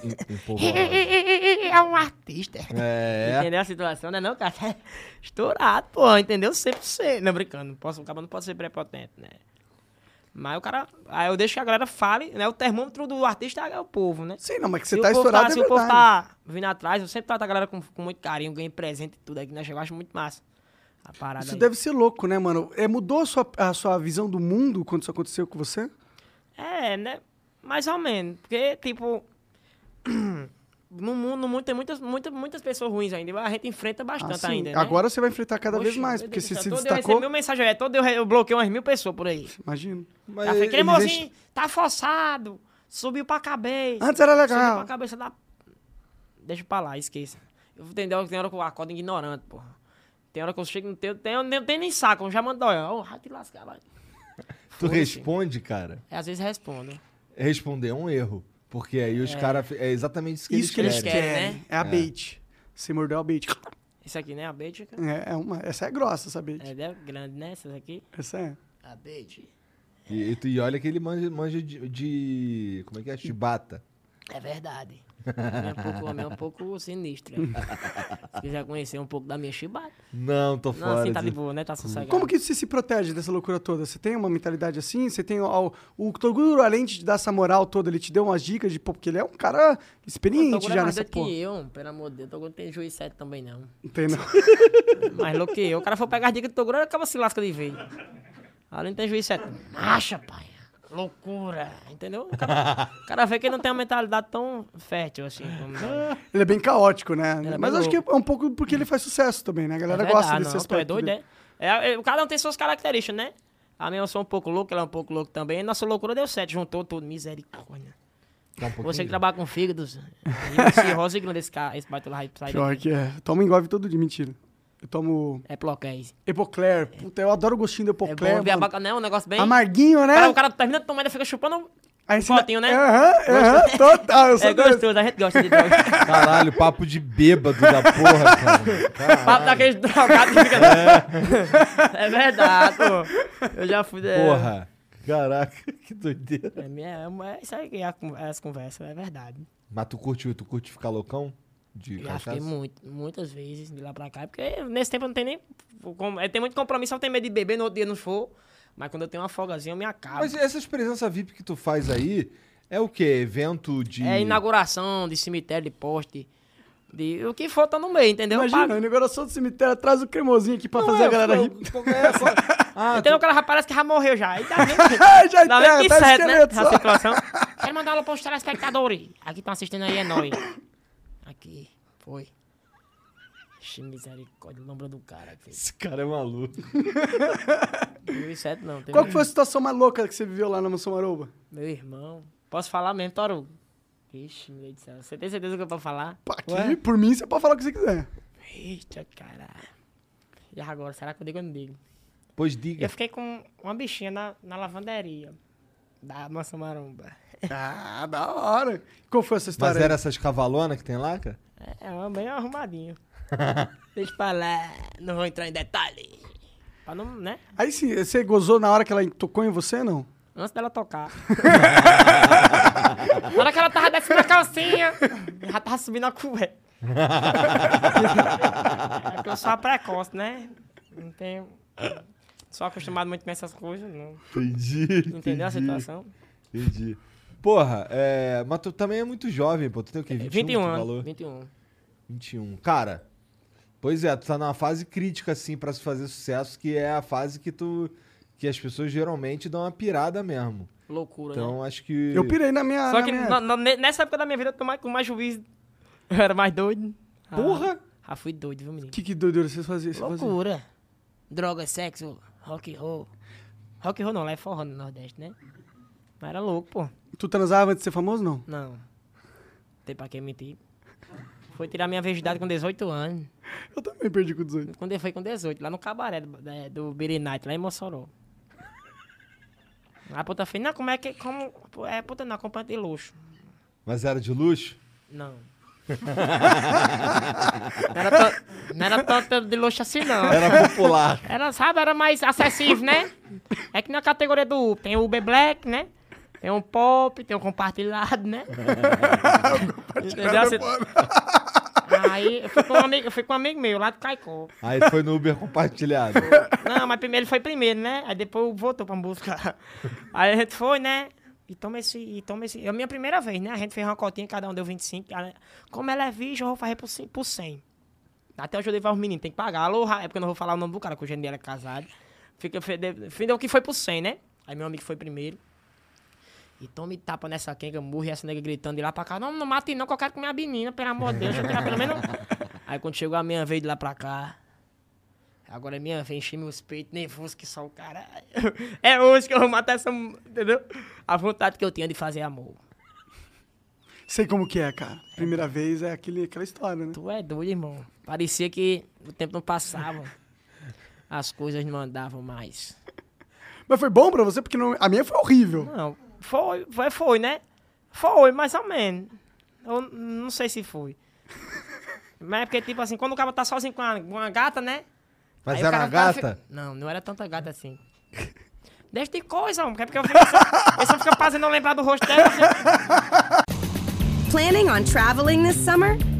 S5: Em- em- em Povoado.
S4: é um artista.
S5: É.
S4: Entendeu a situação, né não, cara? Estourado, pô, entendeu? 100%. Não, brincando, não posso, o cara não pode ser prepotente, né? Mas o cara... Aí eu deixo que a galera fale, né? O termômetro do artista é o povo, né?
S3: Sim, não, mas que você
S4: Se
S3: tá
S4: o povo
S3: estourado
S4: se
S3: é
S4: o povo
S3: verdade.
S4: tá vindo atrás, eu sempre trato a galera com, com muito carinho, ganho presente e tudo aqui, né? Eu acho muito massa a parada
S3: Isso
S4: aí.
S3: deve ser louco, né, mano? É, mudou a sua, a sua visão do mundo quando isso aconteceu com você?
S4: É, né? Mais ou menos. Porque, tipo. No mundo, no mundo tem muitas, muitas, muitas pessoas ruins ainda. A gente enfrenta bastante
S3: Assim,
S4: ainda. né?
S3: Agora você vai enfrentar cada vez
S4: Oxe,
S3: mais,
S4: meu
S3: porque
S4: Deus do
S3: você
S4: céu,
S3: se
S4: todo Eu
S3: destacou.
S4: recebi uma mensagem, é, todo eu, re- eu bloqueei umas mil pessoas por aí.
S3: Imagino.
S5: Mas
S4: Mas eu
S5: eles
S4: falei,
S5: deixam-
S4: mozinho, tá forçado. Subiu pra cabeça.
S3: Antes era
S4: Subiu
S3: legal.
S4: pra cabeça da. Deixa pra lá, esqueça. Eu vou entender, tem hora que eu acordo ignorante, porra. Tem hora que eu chego, não tenho, tenho, não tenho nem saco, eu já mando, olha, ô, vai te lascar, vai.
S5: Tu
S4: Foda-se.
S5: responde, cara.
S4: É, Às vezes respondo.
S5: Responder é um erro. Porque aí os caras. É exatamente isso que
S3: Isso que
S5: eles
S3: eles
S5: querem.
S4: querem,
S3: querem.
S4: né?
S3: É a bait. Você mordeu a bait.
S4: Isso aqui, né? A Bélgica.
S3: É, é uma, essa é grossa, essa bait.
S4: É né, grande, né? Essas aqui.
S3: Essa é.
S4: A Bélgica.
S5: E, e tu- e olha que ele manja, manja de, de- Como é que é? Chibata.
S4: É verdade. É um pouco, homem, é um pouco sinistra. Se quiser conhecer um pouco da minha chibata.
S5: Não, tô
S4: Não,
S5: fora.
S4: assim tá
S5: de-
S4: de boa, né? Tá sossegado.
S3: Como que você se protege dessa loucura toda? Você tem uma mentalidade assim? Você tem. O, o, Toguro, além de te dar essa moral toda, ele te deu umas dicas de. pô, Porque ele é um cara
S4: Pô,
S3: experiente
S4: Toguro é
S3: já
S4: mais
S3: nessa
S4: doido
S3: porra.
S4: que eu, pelo amor de Deus. Toguro não tem juiz certo também, não.
S3: Entendeu?
S4: Mais louco que eu. O cara for pegar as dicas do Toguro, ele acaba se lasca de vez. Ali não tem juiz certo. Macha, pai. Loucura. Entendeu? O cara, o cara vê que ele não tem uma mentalidade tão fértil assim. Como
S3: Ele é bem caótico, né?
S4: é
S3: Mas
S4: bem
S3: acho que é um pouco porque ele faz sucesso também, né? A galera
S4: É
S3: gosta
S4: verdade,
S3: desse
S4: não, tu
S3: aspecto. né?
S4: É doido,
S3: dele.
S4: é? É, é, o cada um tem suas características, né? A minha eu sou um pouco louco, ela é um pouco louco também. Nossa loucura deu certo, juntou tudo, misericórdia.
S5: Tá um pouquinho.
S4: Você que trabalha com fígados, e cirrose grande esse, cara, esse baito lá sai daqui.
S3: Pior que é. Toma engove todo dia, mentira. Eu tomo
S4: É ploquez.
S3: Epocler. Puta, eu adoro o gostinho do
S4: É bom
S3: Epocler.
S4: ver a
S3: mano.
S4: baca, né? Um negócio bem...
S3: Amarguinho, né?
S4: O cara, o cara termina de tomar e fica chupando...
S3: Aí
S4: um
S3: você dá-
S4: potinho, né?
S3: Aham, aham, total. Eu sou
S4: É
S3: desse.
S4: gostoso, a gente gosta de droga.
S5: Caralho, papo de bêbado da porra, cara. Caralho.
S4: Papo daqueles drogados que fica... É. verdade, pô. Eu já fui... é,
S5: Porra. Caraca, que doideira.
S4: É, minha- é isso aí que é a con- é as conversas, é verdade.
S5: Mas tu curte, tu curte ficar loucão? De
S4: Já
S5: cachaça?
S4: fiquei é muito, muitas vezes de lá pra cá, porque nesse tempo eu não tem nem. com- é, Tem muito compromisso, eu tenho medo de beber, no outro dia não for. Mas quando eu tenho uma folgazinha, eu me acabo.
S5: Mas essas presenças VIP que tu faz aí é o quê? Evento de.
S4: É inauguração de cemitério, de poste, de o que for, tá no meio, entendeu?
S3: Imagina,
S4: Paga.
S3: o negócio do cemitério traz o cremosinho aqui pra
S5: Não,
S3: fazer
S5: é,
S3: a galera
S5: eu-
S3: rir.
S5: é, só- Ah,
S4: Entendeu? Então O cara já parece que já morreu já. Aí tá vendo?
S3: já
S4: tá
S3: tá,
S4: vendo que
S3: tá
S4: certo, né?
S3: esqueleto
S4: Essa
S3: só.
S4: situação. Quero mandar aula pros telespectadores. Aqui estão assistindo aí, é nóis. Aqui, foi. Ixi, misericórdia, lembra do cara. filho.
S5: Esse cara é maluco.
S4: 2007 não. tem
S3: Qual que foi a situação mais louca que você viveu lá na Mansão Maroba?
S4: Meu irmão. Posso falar mesmo, Toru? Ixi, meu Deus do céu. Você tem certeza que eu vou falar?
S3: Pá, Aqui, por mim, você pode falar o que você quiser.
S4: Eita, caralho. E agora, será que eu digo ou não digo?
S5: Pois diga.
S4: Eu fiquei com uma bichinha na, na lavanderia da Mansão Maromba.
S3: Ah, da hora. Qual foi essa história?
S4: né?
S5: Mas era essas cavalonas que tem lá, cara?
S4: É, é uma bem arrumadinha. Deixa pra lá, não vou entrar em detalhe. Pra não, né?
S3: Aí sim, você gozou na hora que ela tocou em você, não?
S4: Antes dela tocar. na hora que ela tava descendo a calcinha, já tava subindo a cueca. é que eu sou a precoce, né? Não tenho. Sou acostumado muito com essas coisas, não.
S5: Entendi.
S4: Entendeu a situação?
S5: Entendi. Porra, é... mas tu também é muito jovem, pô. Tu tem o quê? 21,
S4: 21
S5: tu
S4: anos.
S5: falou?
S4: 21.
S5: 21. Cara, pois é, tu tá numa fase crítica, assim, pra se fazer sucesso, que é a fase que tu... Que as pessoas geralmente dão uma pirada mesmo.
S4: Loucura, né?
S5: Então, acho que...
S3: Eu pirei na minha.
S4: Só
S3: na
S4: que
S3: minha-
S4: na- na- nessa época da minha vida eu tô mais, com mais juízo. Eu era mais doido. Ah,
S5: Porra!
S4: Ah, fui doido, viu, menino?
S3: Que, que doideira vocês faziam? Vocês faziam?
S4: Loucura. Droga, sexo, rock and roll. Rock and roll não, lá é forró no Nordeste, né? Mas era louco, pô.
S3: Tu transava antes de ser famoso, não?
S4: Não. Tem pra quem mentir. Foi tirar minha virgindade com 18 anos.
S3: Eu também perdi com 18.
S4: Quando foi com 18, lá no cabaré do, da- do Billy Knight, lá em Mossoró. A puta fez, não, como é que. Como, é puta não, acompanha de luxo.
S5: Mas era de luxo?
S4: Não. Não era, tan- não era tanto de luxo assim, não.
S2: Era popular.
S4: Era, sabe, era mais acessível, né? É que na categoria do Uber, tem o Uber Black, né? Tem um pop, tem um compartilhado, né? Entendeu? Assim, aí eu fui, com um amigo, eu fui com um amigo meu lá do Caicó.
S2: Aí foi no Uber compartilhado.
S4: Não, mas primeiro ele foi primeiro, né? Aí depois voltou pra me buscar. Aí a gente foi, né? E toma esse. E toma esse. É a minha primeira vez, né? A gente fez uma cotinha, cada um deu 25. Ela- Como ela é virgem, eu vou fazer por, cin- por 100. Até hoje eu devo aos meninos, tem que pagar. Alô, Ra- é porque eu não vou falar o nome do cara, que o gênio dele é casado. Fica, fe- de- fim deu que foi por 100, né? Aí meu amigo foi primeiro. E tome tapa nessa quenga, murro e essa nega gritando de lá pra cá. Não, não mate não, que eu quero comer a menina, pelo amor de Deus. deixa Eu tirar pelo menos... um." Aí quando chegou a minha vez de lá pra cá, Agora é minha vez, enchi meus peitos, nervoso que só o cara. É hoje que eu vou matar essa. mu- Entendeu? A vontade que eu tinha de fazer amor.
S3: Sei como que é, cara. Primeira vez é aquele, aquela história, né?
S4: Tu é doido, irmão. Parecia que o tempo não passava. As coisas não andavam mais.
S3: Mas foi bom pra você? Porque não- a minha foi horrível.
S4: Não, foi, foi, foi, né? Foi, mais ou menos. Eu n- não sei se foi. Mas é porque, tipo assim, quando o cara tá sozinho com uma, com uma gata, né?
S5: Mas
S4: Aí o
S5: era
S4: cara
S5: uma
S4: ficava
S5: gata?
S4: fi- Não, não era tanta gata assim. Deixa de coisa, homem, que é porque eu fico. Eu só fico fazendo eu lembrar do rosto dela. assim.
S6: Planning on traveling this summer?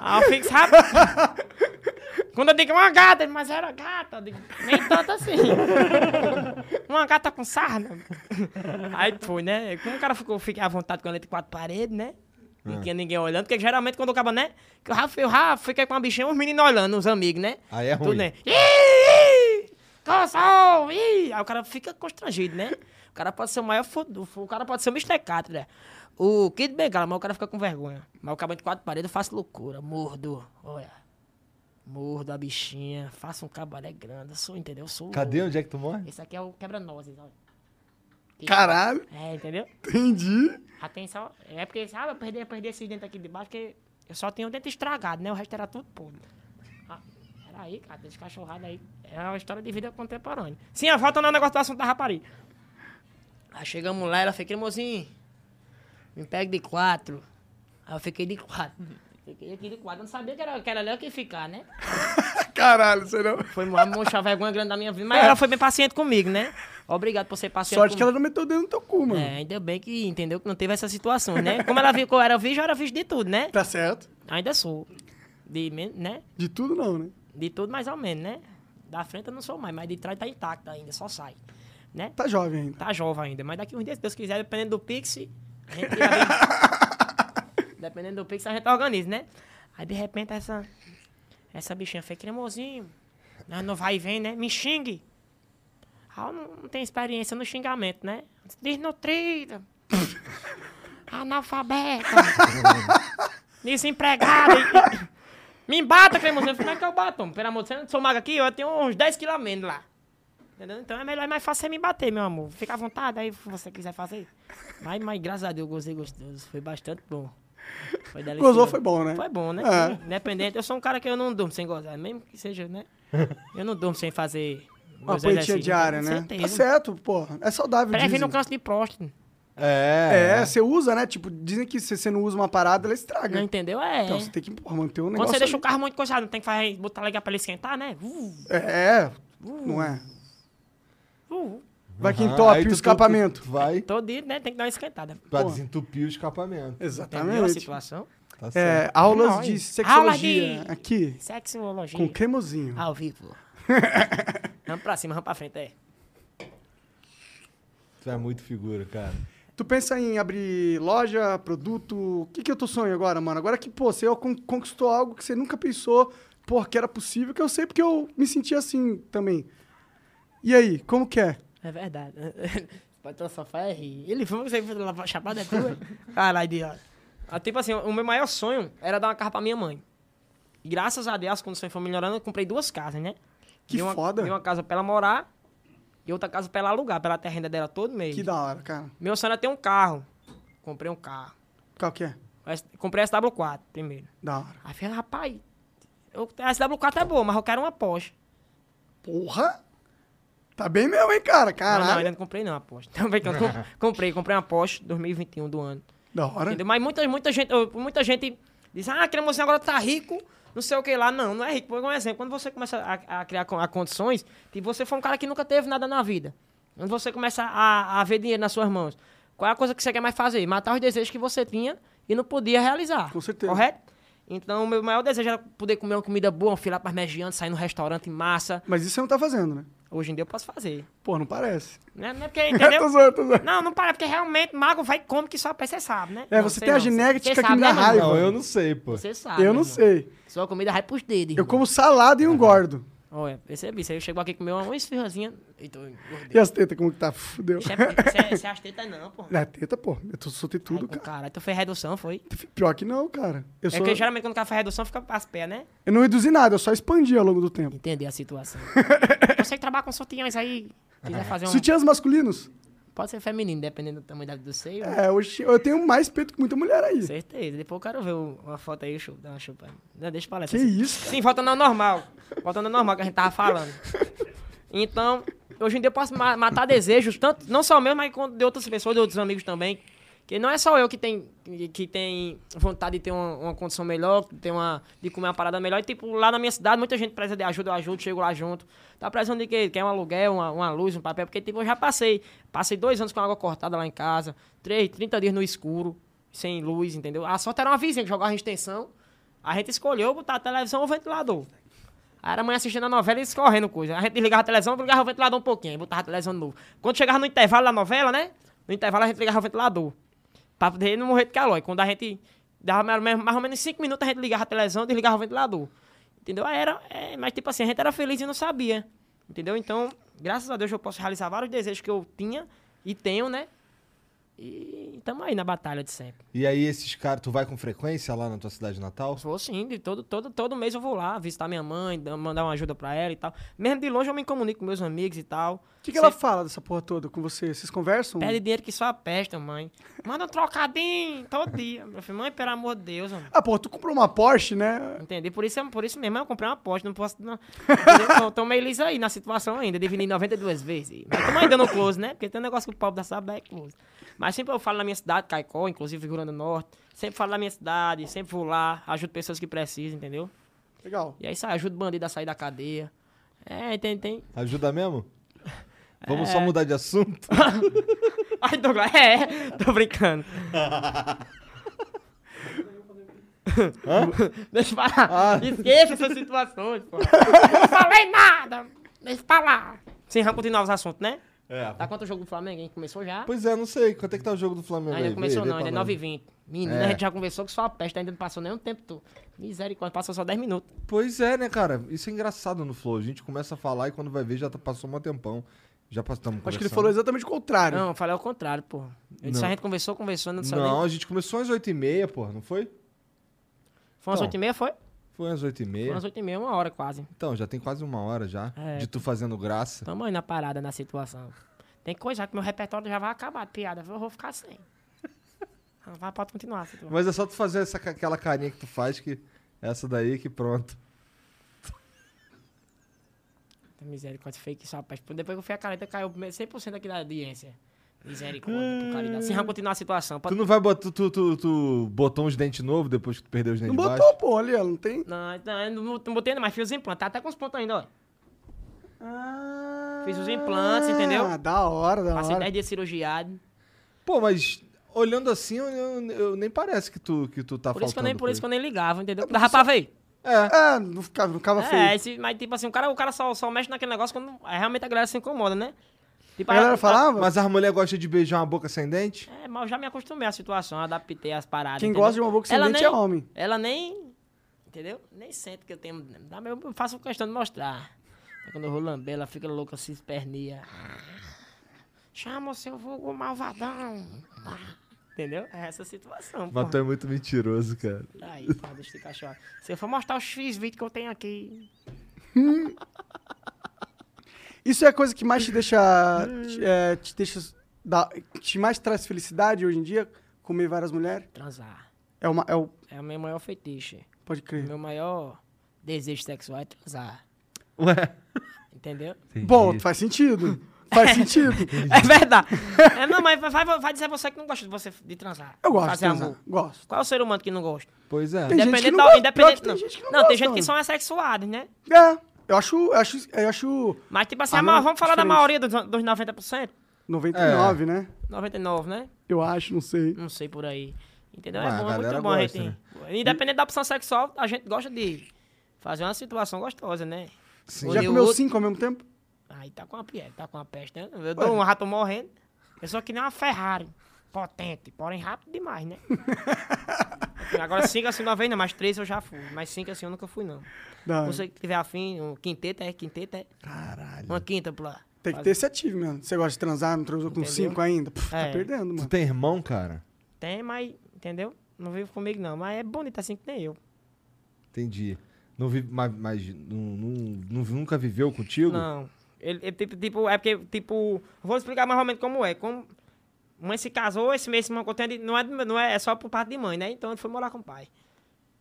S4: Aí eu fico, sabe? Quando eu digo uma gata, ele, mas era gata, eu digo, nem tanto assim. uma gata com sarna. Aí foi, né? Como o cara ficou, fica à vontade com a letra de quatro paredes, né?
S5: É.
S4: Não tinha ninguém olhando, porque geralmente quando eu acaba, né? que Eu já, eu já fiquei com uma bichinha, uns meninos olhando, uns amigos, né?
S5: Aí é
S4: Tudo,
S5: ruim.
S4: né? Ih, ih, Coçou, ih. Aí o cara fica constrangido, né? O cara pode ser o maior fudu, o cara pode ser o Mr. Catra, né? O Kid Bengala, mas o cara fica com vergonha. Mas o cabo de quatro paredes, eu faço loucura, mordo, olha. Mordo a bichinha, faço um cabaré grande, eu sou, entendeu? Eu sou
S2: Cadê?
S4: louco.
S2: Onde é que tu morre?
S4: Esse aqui é o quebra-nozes, olha.
S3: Caralho,
S4: É, entendeu?
S3: entendi.
S4: Já tem só. É porque, sabe, eu perdi, eu perdi esse dente aqui de baixo, porque eu só tinha o dente estragado, né? O resto era tudo podre. Ah, peraí, cara, esse cachorrado aí. É uma história de vida contemporânea. Sim, a volta no negócio do assunto da rapariga. Aí chegamos lá, ela fez, cremosinho, me pega de quatro. Aí eu fiquei de quatro. Fiquei aqui de quatro. Eu não sabia que era, que era ali que ia ficar, né?
S3: Caralho, sei não.
S4: Foi uma mocha vergonha grande da minha vida. Mas ela foi bem paciente comigo, né? Obrigado por ser paciente
S3: É. Sorte que
S4: comigo.
S3: ela não meteu o dedo no teu cu, mano.
S4: É, ainda bem que entendeu que não teve essa situação, né? Como ela viu que eu era virgem, eu era virgem de tudo, né?
S3: Tá certo.
S4: Ainda sou. De, men- né?
S3: De tudo não, né?
S4: de tudo mais ou menos, né? Da frente eu não sou mais, mas de trás tá intacta ainda, só sai. Né?
S3: Tá jovem ainda.
S4: Tá jovem ainda, mas daqui uns dias, se Deus quiser, dependendo do Pix, a gente tira bem- Dependendo do Pix, a gente organiza, né? Aí de repente essa, essa bichinha fez cremosinho. Não, não vai e vem, né? Me xingue. Ah, eu não, não tenho experiência no xingamento, né? Desnutrida. Analfabeta. Desempregada. e- e- Me bata, cremosinho. Eu falei, Como é que eu bato? homem? Pelo amor de Deus, eu não sou magro aqui, eu tenho uns 10 quilos a menos lá. Entendeu? Então é melhor, é mais fácil você me bater, meu amor. Fica à vontade, aí se você quiser fazer. Mas, mas graças a Deus, gozei gostoso. Foi bastante bom. Foi delicioso.
S3: Gozou foi bom, né?
S4: Foi bom, né?
S3: É.
S4: Independente. Eu sou um cara que eu não durmo sem gozar, mesmo que seja, né? Eu não durmo sem fazer.
S3: Uma
S4: meus
S3: poetinha
S4: exercícios,
S3: diária,
S4: assim, com
S3: né? Tá
S4: Certeza.
S3: certo, porra. É saudável
S4: Previne
S3: dizem.
S4: o câncer de próstata.
S2: É.
S3: É, você usa, né? Tipo, dizem que se você não usa uma parada, ela estraga.
S4: Não entendeu? É.
S3: Então você tem que porra, manter o
S4: Quando
S3: negócio.
S4: você deixa o
S3: ali.
S4: carro muito coisado, não tem que fazer, botar ligar pra ele esquentar, né? Uh,
S3: É, não é?
S4: uh,
S3: Vai que
S2: Aí
S3: entope
S2: tu-
S3: o
S2: tu-
S3: escapamento.
S2: tu Vai
S4: todo dia, né? Tem que dar uma esquentada.
S2: pra
S3: Pô.
S2: desentupir o escapamento.
S4: Entendeu a
S3: Exatamente.
S4: situação?
S2: Tá certo.
S3: É, aulas
S4: Nós.
S3: de sexologia
S4: Aula de-
S3: aqui,
S4: Sexologia.
S3: com cremosinho.
S4: Ao vivo. vamos pra cima, vamos pra frente, é.
S2: Tu é muito figura, cara.
S3: Tu pensa em abrir loja, produto? O que que é o teu sonho agora, mano? Agora que, pô, você con- conquistou algo que você nunca pensou, pô, que era possível, que eu sei porque eu me senti assim também. E aí, como que é?
S4: É verdade. Patrão sofá é rir. Ele foi você foi lá pra chapada é tua. Caralho, idiota. Ah, Tipo assim, o meu maior sonho era dar uma carro pra minha mãe. E graças a Deus as condições foram melhorando, eu comprei duas casas, né?
S3: Que
S4: Dei uma,
S3: foda.
S4: Dei uma casa pra ela morar e outra casa pra ela alugar, pra ela ter a renda dela todo mês.
S3: Que da hora, cara.
S4: Meu sonho era ter um carro. Comprei um carro.
S3: Qual que é?
S4: S- Comprei a SW4 primeiro.
S3: Da hora.
S4: Aí eu falei, rapaz, eu, a SW4 é boa, mas eu quero uma Porsche.
S3: Porra! Tá bem mesmo, hein, cara?
S4: Não, não,
S3: Caralho.
S4: ainda não comprei não a Porsche. Também que eu não- comprei, comprei uma Porsche 2021 do ano.
S3: Da hora.
S4: Entendeu? Mas muita, muita gente, ô, muita gente diz, ah, aquele mocinho agora tá rico, não sei o que lá. Não, não é rico. Por um exemplo, quando você começa a, a criar con- a condições, tipo, você foi um cara que nunca teve nada na vida. Quando você começa a, a ver dinheiro nas suas mãos, qual é a coisa que você quer mais fazer? Matar os desejos que você tinha e não podia realizar.
S3: Com certeza.
S4: Correto? Então, o meu maior desejo era poder comer uma comida boa, um filé parmegiano, sair num restaurante massa.
S3: Mas isso você não tá fazendo, né?
S4: Hoje em dia eu posso fazer.
S3: Pô, não parece.
S4: Né? Não é porque,
S3: tô
S4: entendeu?
S3: zoando, tô zoando.
S4: Não, não para, porque realmente mago vai e come que só pra você sabe, né?
S3: É, você
S4: sei
S3: tem a
S4: sei.
S3: genética
S4: Você
S3: que me
S4: sabe, né,
S3: dá
S4: mano?
S3: raiva.
S2: Não, eu não sei, pô.
S4: Você sabe.
S3: Eu não
S4: meu irmão.
S3: sei.
S4: Sua comida vai pros dedos.
S3: Eu
S4: irmão.
S3: como salada
S4: Ah.
S3: e um gordo.
S4: Olha, percebi. Isso aí eu chego aqui e comeu uma esfirrazinha. Eita, eu
S3: E
S4: engordei.
S3: as tetas, como que tá? Fudeu.
S4: Isso é- Isso é as tetas, não, pô.
S3: Na teta, pô. Eu tô, sou tudo, cara.
S4: Caralho, tu fez redução, foi?
S3: Pior que não, cara. Eu,
S4: É
S3: sou-
S4: que geralmente quando o cara faz redução fica as pés, né?
S3: eu não reduzi nada, eu só expandi ao longo do tempo.
S4: Entender a situação. Você que trabalha com sutiãs aí, quiser fazer um.
S3: Sutiãs masculinos?
S4: Pode ser feminino, dependendo do tamanho da- do seio.
S3: É, hoje eu tenho mais peito que muita mulher aí.
S4: Certeza. Depois eu quero ver o- uma foto aí, deixa eu dar uma chupa. Não, deixa pra lá.
S3: Que isso,
S4: Sim, voltando ao normal. Voltando ao normal que a gente tava falando. Então, hoje em dia eu posso ma- matar desejos, tanto, não só meu, mas com- de outras pessoas, de outros amigos também. Que não é só eu que tem, que- que tem vontade de ter uma, uma condição melhor, de ter uma, de comer uma parada melhor. E, tipo, lá na minha cidade, muita gente precisa de ajuda, eu ajudo, chego lá junto. Tá precisando de quê? Quer um aluguel, uma, uma luz, um papel? Porque, tipo, eu já passei. Passei dois anos com a água cortada lá em casa, três, 30 dias no escuro, sem luz, entendeu? A sorte era uma vizinha que jogava extensão. A gente escolheu botar a televisão ou o ventilador. Aí era a mãe assistindo a novela e escorrendo coisa. A gente ligava a televisão, ligava o ventilador um pouquinho, aí botava a televisão de novo. Quando chegava no intervalo da novela, né? No intervalo a gente ligava o ventilador. Pra poder não morrer de calor. E quando a gente dava mais ou menos- mais ou menos 5 minutos, a gente ligava a televisão e desligava o ventilador. Entendeu? Aí era, é, mas tipo assim, a gente era feliz e não sabia. Entendeu? Então, graças a Deus eu posso realizar vários desejos que eu tinha e tenho, né? E tamo aí na batalha de sempre.
S2: E aí, esses caras, tu vai com frequência lá na tua cidade natal?
S4: Vou sim, de todo, todo, todo mês eu vou lá visitar minha mãe, dar- mandar uma ajuda pra ela e tal. Mesmo de longe eu me comunico com meus amigos e tal.
S3: O que, que ela fala dessa porra toda com você? Vocês conversam?
S4: Pede dinheiro que só a peste, mãe. Manda um trocadinho todo dia. Eu falei, mãe, pelo amor de Deus, mano.
S3: Ah, porra, tu comprou uma Porsche, né?
S4: Entendeu? Por isso, por isso mesmo eu comprei uma Porsche, não posso. Não. Entendeu? Tô- Tô meio liso aí na situação ainda, dividi 92 vezes. Mas estamos ainda no close, né? Porque tem um negócio que o pobre da Saba é close. Mas sempre eu falo na minha cidade, Caicó, inclusive Rio Grande do Norte. Sempre falo na minha cidade, sempre vou lá, ajudo pessoas que precisam, entendeu?
S3: Legal.
S4: E aí sai, ajuda o bandido a sair da cadeia. É, tem, tem.
S2: Ajuda mesmo? Vamos só mudar de assunto?
S4: Ai, Douglas, é, tô brincando. Deixa eu falar.
S2: Ah.
S4: Esqueça essas situações, pô. Não falei nada. Deixa eu falar. Sim, vamos continuar os assuntos, né?
S2: É.
S4: Tá quanto o jogo do Flamengo, hein? Começou já?
S2: Pois é, não sei. Quanto é que tá o jogo do Flamengo
S4: ainda
S2: aí?
S4: começou
S2: Vê, vê
S4: não,
S2: pra
S4: ainda é
S2: nós.
S4: 9 h 20 Menina,
S2: É.
S4: a gente já conversou que só a peste, ainda não passou nenhum tempo. Tu. Misericórdia, passou só 10 minutos.
S2: Pois é, né, cara? Isso é engraçado no Flow. A gente começa a falar e quando vai ver já tá- passou um tempão. Já passamos
S3: Acho que ele falou exatamente o contrário.
S4: Não, eu falei ao contrário, pô. Eu disse, a gente conversou, conversou, não sei
S2: Não,
S4: nem.
S2: a gente começou às 8h30, porra, não foi?
S4: Foi umas
S2: Então. É.
S4: 8h30, foi?
S2: Foi às
S4: Foi
S2: 8h30.
S4: umas 8h30, uma hora quase.
S2: Então, já tem quase uma hora já
S4: É.
S2: de tu fazendo graça.
S4: Tamo aí na parada, na situação. Tem coisa que meu repertório já vai acabar de piada. Eu vou ficar sem. Ah, Vai, pode continuar. se tu-
S2: Mas é só tu fazer essa, ca- aquela carinha que tu faz, que é essa daí que pronto.
S4: Misericórdia, fake só peste. Depois que eu fui a careta, caiu 100% aqui da audiência. Misericórdia, por caridade. Sim, assim, vamos continuar a situação.
S2: Tu
S4: Pode...
S2: não vai botar. Tu, tu, tu botou uns dentes novos depois que tu perdeu os
S3: Não
S2: dentes
S3: botou,
S2: baixos?
S3: pô, ali, ó, não tem.
S4: Não, não, não, não botei ainda, mas fiz os implantes. Tá até com os pontos ainda, ó. Fiz os implantes, entendeu? Assim, é
S3: Ah, da hora, da
S4: Passei
S3: hora.
S4: 10 dias cirurgiado.
S2: Pô, mas olhando assim, eu, eu- eu- nem parece que tu, que tu tá
S4: Por
S2: faltando.
S4: isso, que eu nem, por isso que eu
S2: coisa.
S4: nem ligava, entendeu? Dava pra ver.
S3: É, não ficava, não ficava
S4: É,
S3: feio.
S4: esse, mas tipo assim, o cara, o cara só, só mexe naquele negócio quando é, realmente a galera se incomoda, né? Tipo,
S3: A galera ah,
S4: a-
S3: falava?
S2: Mas as mulheres gostam de beijar uma boca sem dente?
S4: É, mas eu já me acostumei à situação, adaptei as paradas.
S3: Quem
S4: entendeu?
S3: gosta de uma boca sem
S4: Ela
S3: dente
S4: nem-
S3: é homem.
S4: Ela nem. Entendeu? Nem sente que eu tenho. dá- Eu faço questão de mostrar. Aí Quando eu vou lamber, ela fica louca, se espernia. Chama o seu vulgo malvadão. Entendeu? É essa a situação.
S2: Mas tu
S4: porra.
S2: é muito mentiroso, cara.
S4: Aí, porra, bicho de cachorro. Se eu for mostrar os X vídeos que eu tenho aqui.
S3: Isso é a coisa que mais te deixa. te, é, te deixa. dá- te mais traz felicidade hoje em dia? Comer várias mulheres?
S4: Transar.
S3: É uma. É o,
S4: É o meu maior fetiche.
S3: pode crer.
S4: Meu maior desejo sexual é transar.
S2: Ué.
S4: Entendeu?
S3: Bom, faz sentido. Faz sentido.
S4: É verdade. É, não, mas vai, vai- vai dizer você que não gosta de você de transar.
S3: Eu gosto. de
S4: Fazer
S3: transar.
S4: amor.
S3: Gosto.
S4: Qual é o ser humano que não gosta?
S2: Pois é.
S3: Tem gente que não
S4: da-
S3: gosta. Pior
S4: independente
S3: que tem
S4: não.
S3: gente que não
S4: Não, tem
S3: gosta,
S4: gente que
S3: mano.
S4: são assexuados, né?
S3: É. Eu acho. Eu acho. Eu acho
S4: Mas, tipo assim,
S3: Ah,
S4: a ma-
S3: não,
S4: vamos falar da
S3: diferente.
S4: maioria dos, dos 90%?
S3: 99,
S2: É.
S3: né?
S4: 99, né?
S3: Eu acho, não sei.
S4: Não sei por aí. Entendeu?
S2: Mas
S4: é
S2: a
S4: bom, é muito
S2: galera
S4: bom
S2: gosta, né?
S4: a gente. Independente da opção sexual, a gente gosta de fazer uma situação gostosa, né? Sim.
S3: Já comeu cinco ao mesmo tempo?
S4: Aí tá com uma peste, tá com uma peste, né? Eu dou um rato morrendo. Eu sou que nem uma Ferrari. Potente, porém rápido demais, né? Agora cinco assim de uma vez não, mas três eu já fui. Mas cinco assim eu nunca fui, não.
S3: Dá.
S4: Você que tiver afim, um quinteto é quinteto, é.
S3: Caralho.
S4: Uma quinta lá.
S3: Tem que ter esse ativo, mano. Você gosta de transar, não transou com
S4: Entendeu?
S3: cinco ainda? Puf, Tá
S4: É.
S3: perdendo,
S2: Tu
S3: mano.
S2: tem irmão, cara?
S4: Tem, mas, entendeu? Não vive comigo, não. Mas é bonito assim que nem eu.
S2: Entendi. Não vi, mas, mas não, não- não- nunca viveu contigo?
S4: Não. Ele, ele, tipo, tipo, é porque, tipo, vou explicar mais ou menos como é. Como mãe se casou, esse mês esse irmão que eu tenho, ele não é, do meu- não é, é só por parte de mãe, né? Então ele foi morar com o pai.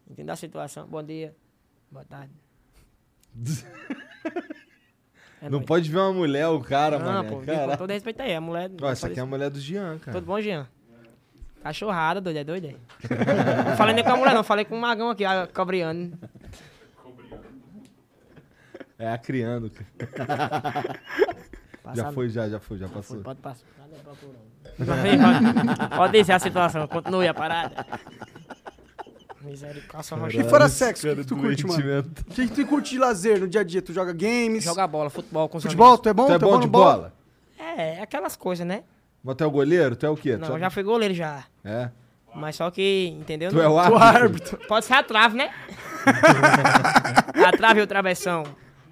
S4: Entendeu a situação? Bom dia. Boa tarde. É
S2: Não
S4: nóis.
S2: pode ver uma mulher, o cara,
S4: Não,
S2: mano.
S4: pô, viu, com
S2: Cara.
S4: todo respeito aí. A mulher.
S2: Ó, essa aqui é a mulher do Jean, cara.
S4: Tudo bom, Jean? Cachorrada, doido, é doido? É? não falei nem com a mulher, não. Falei com o magão aqui, a cobriano.
S2: É a criando, cara. Já foi, já, já foi, já passou.
S4: Pode passar. Pode, pode dizer a situação, continue a parada. Misericórdia,
S3: E
S4: Rocha.
S3: fora sexo, o que que tu curte,
S2: tá Doente né?
S3: mano?
S2: mesmo.
S3: O que que tu curte de lazer no dia a dia? Tu joga games?
S4: Joga bola, futebol com os
S3: futebol? Tu é bom?
S2: Tu é
S3: no
S2: bom de bola?
S4: amigos. É, aquelas coisas, né?
S2: Mas tu é o goleiro? Tu é o quê?
S4: Não,
S2: tu é...
S4: eu já fui goleiro já.
S2: É.
S4: Mas só que, entendeu?
S2: Tu é o
S3: O
S2: árbitro?
S3: árbitro.
S4: Pode ser a trave, né? a trave e o travessão.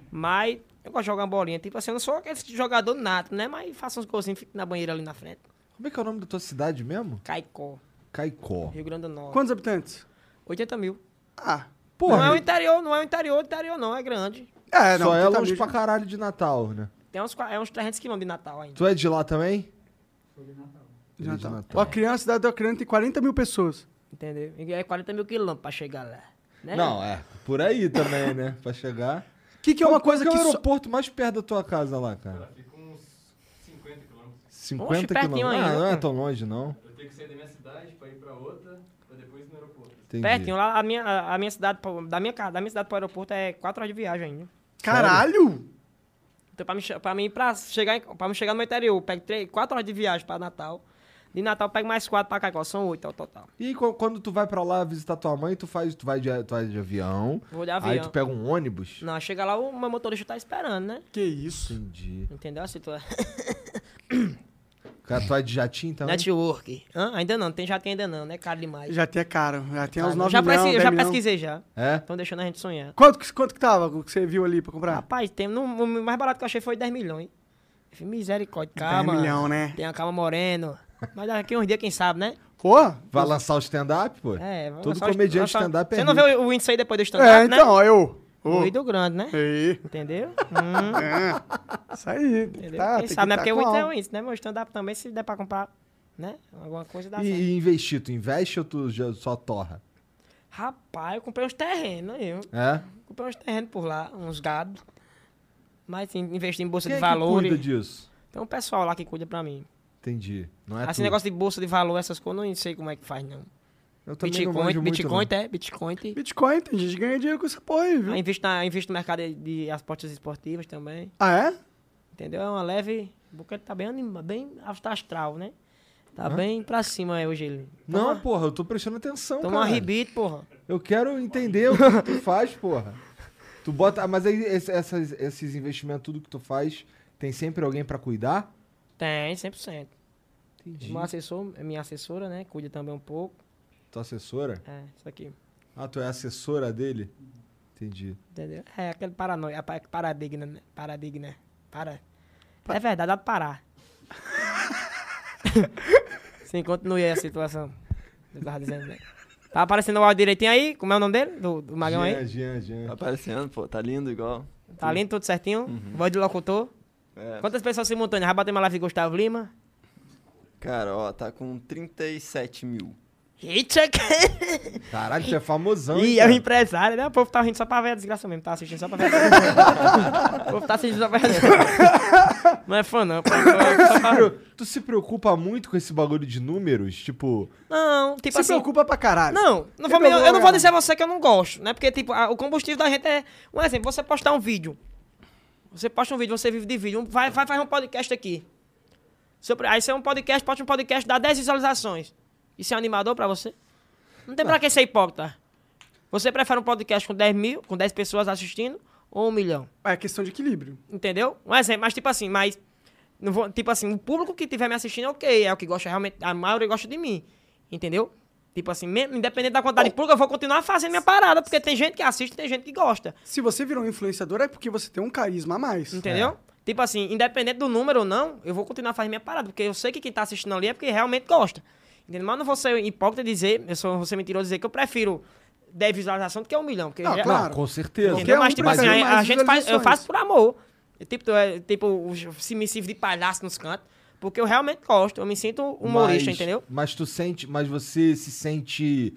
S4: Mas eu gosto de jogar uma bolinha. Tipo assim, eu não sou aquele jogador nato, né? Mas faço uns golzinhos, fico na banheira ali na frente.
S2: Como é que é o nome da tua cidade mesmo?
S4: Caicó,
S2: Caicó.
S4: Rio Grande do Norte.
S3: Quantos habitantes?
S4: 80 mil.
S3: Ah.
S4: Não é o interior, não é o interior, interior não, é grande.
S3: É, não.
S2: Só é
S3: 80
S2: longe
S3: mil.
S2: pra caralho de Natal, né?
S4: Tem uns, qua- é uns 300 quilômetros de Natal ainda.
S2: Tu é de lá também?
S3: Já
S2: Ele de
S3: tá.
S2: Natal.
S3: Ó, criança, a cidade da criança tem 40 mil pessoas.
S4: Entendeu? E É 40 mil quilômetros pra chegar lá. Né?
S2: Não, é. Por aí também, né? Pra chegar.
S3: O que, que é uma
S2: Qual-
S3: coisa que.
S2: qual é o
S3: só-
S2: aeroporto mais perto da tua casa lá, cara? Fica uns 50
S4: Oxe,
S2: quilômetros. 50
S4: pertinho
S2: quilômetros? Ah,
S4: ainda,
S2: não é
S3: né?
S4: cara.
S2: tão longe, não.
S7: Eu tenho que sair da minha cidade pra ir pra outra, pra depois ir no aeroporto.
S2: Entendi.
S4: Pertinho, lá a minha, a a minha cidade, pro- da minha casa, da minha cidade pro aeroporto é 4 horas de viagem ainda.
S3: Caralho!
S4: Então, pra mim, che- pra mim, pra chegar, em- pra mim chegar no meu interior, eu pego 4 horas de viagem pra Natal. De Natal, eu pego mais 4 pra Caicó, são 8 ao total.
S2: E qu- quando tu vai pra lá visitar tua mãe, tu faz, tu vai de, tu vai de avião.
S4: Vou de
S2: Aí
S4: avião.
S2: tu pega um ônibus.
S4: Não, chega lá, o meu motorista tá esperando, né?
S3: Que isso?
S2: Entendi.
S4: Entendeu Assim, a
S3: Então,
S4: situação?
S2: Cara, tu vai de jatinho também?
S4: Network. Hã? Ainda não, não tem já tem ainda não, né? Caro demais.
S3: Já tem a cara. Já tem
S4: Caro.
S3: uns 9
S4: Tá, já,
S3: milhão,
S4: preci-
S3: 10
S4: já
S3: milhão.
S4: pesquisei já.
S2: É?
S4: Estão deixando a gente sonhar.
S3: Quanto, que- quanto que tava o que você viu ali pra comprar?
S4: Rapaz, tem, no, o mais barato que eu achei foi 10 milhões. Eu falei, misericórdia,
S3: 10
S4: calma.
S3: milhão, né?
S4: Tem a calma moreno. Mas daqui uns dias, quem sabe, né?
S3: Pô?
S2: Vai lançar o stand-up, pô?
S4: É, vamos
S2: Todo
S4: lançar o-
S2: comediante
S4: lançar-
S2: stand-up é
S4: Você não vê
S2: rico.
S4: o o índice aí depois do stand-up,
S3: É,
S4: né?
S3: então, ó, eu. Ô.
S4: O ídolo grande, né?
S3: Aí. É,
S4: Entendeu? Hum,
S3: Isso aí.
S4: entendeu?
S3: Tá,
S4: quem
S3: tem
S4: sabe,
S3: que
S4: né? Porque
S3: tá
S4: o
S3: com
S4: índice é
S3: alma.
S4: o índice, né? Meu stand-up também, se der pra comprar, né? Alguma coisa dá
S2: E,
S4: certo.
S2: e investir? Tu investe ou tu já- só torra?
S4: Rapaz, eu comprei uns terrenos, eu.
S2: É?
S4: Comprei uns terrenos por lá, uns gados. Mas, assim, investi em bolsa
S2: Quem é
S4: de
S2: que cuida
S4: valores.
S2: disso?
S4: Tem um pessoal lá que cuida pra mim.
S2: Entendi. Não é
S4: assim,
S2: tu.
S4: negócio de bolsa de valor, essas coisas, eu não sei como é que faz, não.
S2: Eu também não
S4: Bitcoin,
S2: manjo muito,
S4: Bitcoin,
S2: não.
S4: é, Bitcoin. Ah, Tem.
S3: Bitcoin, tem gente que ganha dinheiro com essa porra aí, viu?
S4: Aí invisto, na, invisto no mercado de- de apostas esportivas também,
S3: Ah, é?
S4: entendeu? É uma leve... O Boquete tá bem, anima, bem astral, né? Tá bem pra cima aí hoje ele.
S2: Não, porra, eu tô prestando atenção,
S4: Toma uma
S2: cara.
S4: ribite, porra.
S2: Eu quero entender o que tu faz, porra. Tu bota. ah, Mas aí esse- essas- esses investimentos, tudo que tu faz, tem sempre alguém pra cuidar?
S4: Tem, 100%.
S2: Entendi.
S4: Meu assessor, minha assessora, né? Cuida também um pouco.
S2: Tua assessora?
S4: É, isso aqui.
S2: Ah, tu é assessora dele? Entendi.
S4: Entendeu? É aquele paranoia, pa- paradigma, né? Paradigma. Para. É verdade, dá pra parar. Sim, continue a situação. Eu tava dizendo, né? Tá aparecendo o áudio direitinho aí? Como é o nome dele? Do, do Magão aí?
S5: Jean, Jean.
S7: Tá aparecendo, pô. Tá lindo igual.
S4: Tá lindo, tudo certinho? Voz de locutor.
S7: É,
S4: Quantas pessoas simultâneas? Já bateu uma live de Gustavo Lima?
S7: cara, ó, tá com 37 mil.
S4: Eita, que...
S2: Caralho, tu é famosão,
S4: Ih,
S2: hein?
S4: é o
S2: cara?
S4: empresário, né? O povo tá rindo só pra ver a desgraça mesmo, tá assistindo só pra ver a desgraça. O povo tá assistindo só pra ver a desgraça. Não é fã, não. pô. Só pra-
S2: Tu se preocupa muito com esse bagulho de números? Tipo,
S4: Não, tipo
S3: Se
S4: assim...
S3: preocupa pra caralho.
S4: Não, não vou,
S3: Entendeu?
S4: eu, eu não vou
S3: Agora-
S4: dizer a você que eu não gosto, né? Porque, tipo, a- o combustível da gente é... Um exemplo, você postar um vídeo. Você posta um vídeo, você vive de vídeo. Um- Vai, vai fazer um podcast aqui. Seu pre- Aí você é um podcast, posta um podcast, dá 10 visualizações. Isso é animador pra você? Não tem pra que ser hipócrita. Você prefere um podcast com 10 mil, com 10 pessoas assistindo, ou um milhão?
S3: É questão de equilíbrio.
S4: Entendeu? Um exemplo, mas tipo assim, mas. Não vou, tipo assim, o público que estiver me assistindo é ok, é o que gosta realmente, a maioria gosta de mim. Entendeu? Tipo assim, mesmo, independente da quantidade de público, eu vou continuar fazendo minha parada, porque tem gente que assiste, tem gente que gosta.
S3: Se você virou um influenciador, é porque você tem um carisma a mais.
S4: Entendeu? Tipo assim, independente do número ou não, eu vou continuar fazendo minha parada, porque eu sei que quem tá assistindo ali é porque realmente gosta. Entendeu? Mas não vou ser hipócrita e dizer, eu sou, você mentiroso dizer que eu prefiro 10 visualizações do que um milhão. Porque
S3: Não,
S4: já-
S3: claro.
S2: com certeza.
S3: Qualquer
S4: Entendeu? Mas,
S3: um
S4: tipo assim,
S3: prefere
S4: a,
S3: mais
S4: a gente faz, eu
S3: visualizações.
S4: faço por amor. Eu, tipo, é, tipo, os simissivos de palhaço nos cantos. Porque eu realmente gosto. Eu me sinto humorista,
S2: Mas-
S4: entendeu?
S2: Mas tu sente, mas você se sente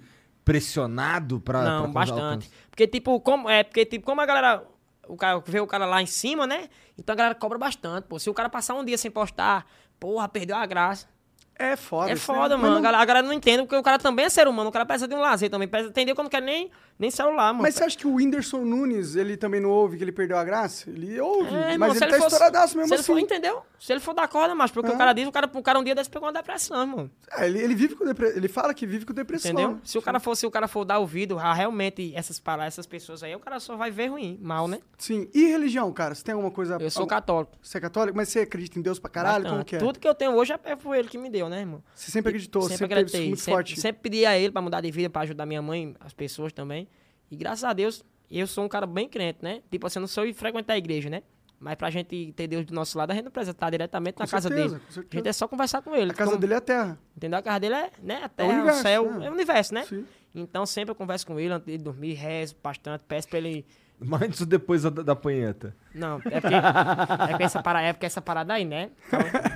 S2: pressionado ah, pra... pra
S4: Não,
S2: alcan-
S4: bastante. Porque, tipo, como, é, porque, tipo, como a galera. O cara vê o cara lá em cima, né? Então a galera cobra bastante. Pô, se o cara passar um dia sem postar, porra, perdeu a graça.
S3: É foda.
S4: É
S3: isso,
S4: foda,
S3: né?
S4: mano. A
S3: Mas, não-
S4: galera, a galera não entende, porque o cara também é ser humano. O cara precisa de um lazer também. Precisa entender que eu não quero nem, nem celular, mano.
S3: mas você acha que o Whindersson Nunes, ele também não ouve que ele perdeu a graça? Ele ouve,
S4: É, irmão,
S3: mas
S4: se
S3: ele tá
S4: fosse-
S3: estouradaço mesmo
S4: se
S3: assim.
S4: Ele for, entendeu? Se ele for dar corda, mas porque o cara diz, o cara, o cara um dia desse pegou uma depressão, mano.
S3: É, ele, ele vive com depre... ele fala que vive com depressão.
S4: Entendeu? Se o cara for, se o cara for dar ouvido a realmente essas palavras, essas pessoas aí, o cara só vai ver ruim, mal, né?
S3: Sim. E religião, cara? Você tem alguma coisa...
S4: Eu sou
S3: algum-
S4: católico.
S3: Você é católico? Mas você acredita em Deus pra caralho? Como
S4: bastante.
S3: que é?
S4: Tudo que eu tenho hoje é- é por ele que me deu, né, irmão?
S3: Você sempre acreditou, sempre, teve isso muito
S4: sempre,
S3: forte.
S4: sempre pedi a ele pra mudar de vida, pra ajudar minha mãe, as pessoas também. E graças a Deus, eu sou um cara bem crente, né? Tipo assim, eu não sou de frequentar a igreja, né? Mas pra gente ter Deus do nosso lado, a gente não precisa estar diretamente na
S3: Com
S4: casa
S3: certeza,
S4: dele.
S3: com
S4: a
S3: certeza.
S4: gente é só conversar com ele.
S3: A casa
S4: Como-
S3: dele é a terra.
S4: Entendeu? A casa dele é, né, a terra, o,
S3: universo,
S4: céu,
S3: né?
S4: é o universo, né?
S3: Sim.
S4: Então sempre eu converso com ele antes de dormir, rezo bastante, peço pra ele.
S2: Mas antes ou depois da, da punheta?
S4: Não, é porque, é porque essa parada, é porque essa parada aí, né? Então,
S3: É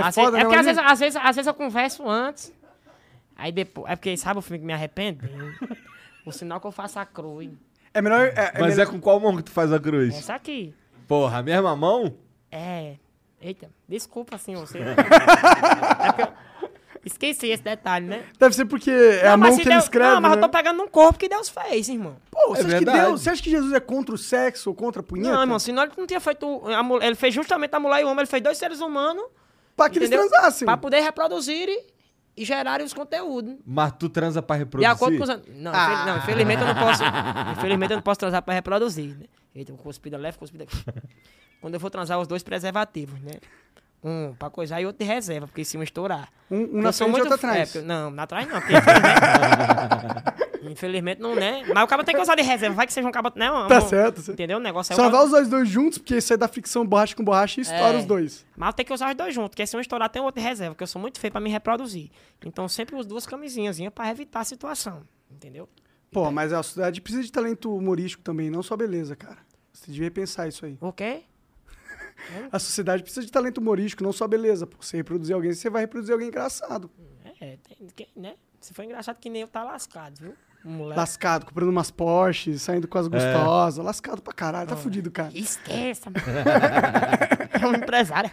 S4: às
S3: foda, né,
S4: vezes, é porque às
S3: Maninho?
S4: vezes, às, vezes, às vezes eu converso antes, aí depois. É porque sabe o filme que me arrepende? O sinal que eu faço a cruz.
S3: É melhor...
S4: Hum.
S3: É, é
S2: Mas
S3: melhor-
S2: é com qual mão que tu faz a cruz?
S4: Essa aqui.
S2: Porra, a mesma mão?
S4: É. Eita, desculpa, senhor. Você... É porque eu esqueci esse detalhe, né?
S3: Deve ser porque é a mão
S4: se
S3: que ele
S4: Deus-
S3: escreve,
S4: Não, mas
S3: né?
S4: eu tô pegando num corpo que Deus fez, irmão.
S3: Pô, você,
S2: É
S3: acha que
S2: verdade.
S3: Deus, você acha que Jesus é contra o sexo ou contra a punheta?
S4: Não, irmão, senão ele não tinha feito. um, a mul- Ele fez justamente a mulher e o homem, ele fez dois seres humanos.
S3: Pra que assim?
S4: entendeu?
S3: eles transassem.
S4: Pra poder reproduzir e, e gerarem os conteúdos.
S2: Mas tu transa pra
S4: De
S2: reproduzir?
S4: acordo com os. an- Não, infel- não, infelizmente eu não posso. infelizmente eu não posso transar pra reproduzir, né? Eita, cuspida leve, cuspida. Quando eu for transar os dois preservativos, né? Um pra coisar e outro de reserva, porque se um estourar.
S3: Um- um
S4: Porque
S3: na
S4: eu sou
S3: frente e outro
S4: f-
S3: atrás.
S4: é, porque- não, na trás não. porque infelizmente- infelizmente não, né? Mas o cabo tem que usar de reserva, vai que seja um cabo. Né? um-
S3: Tá certo, sim.
S4: Entendeu? O negócio é
S3: Só
S4: uma-
S3: vai usar os dois juntos, porque isso aí dá fricção borracha com borracha e estoura
S4: É.
S3: os dois.
S4: Mas tem que usar os dois juntos, porque se um estourar tem outro em reserva, porque eu sou muito feio pra me reproduzir. Então eu sempre uso duas camisinhas pra evitar a situação, entendeu?
S3: Pô, mas é a sociedade precisa de talento humorístico também, não só beleza, cara. Você devia pensar isso aí.
S4: O quê?
S3: A sociedade precisa de talento humorístico, não só beleza. Pô, você reproduzir alguém, você vai reproduzir alguém engraçado.
S4: É, tem, que- né? Se for engraçado que nem eu, tá lascado, viu? Um Moleque.
S3: Lascado, comprando umas Porsche, saindo
S2: É.
S3: com as gostosas. Lascado pra caralho, tá fudido, cara.
S4: Esqueça. mano. é um empresário.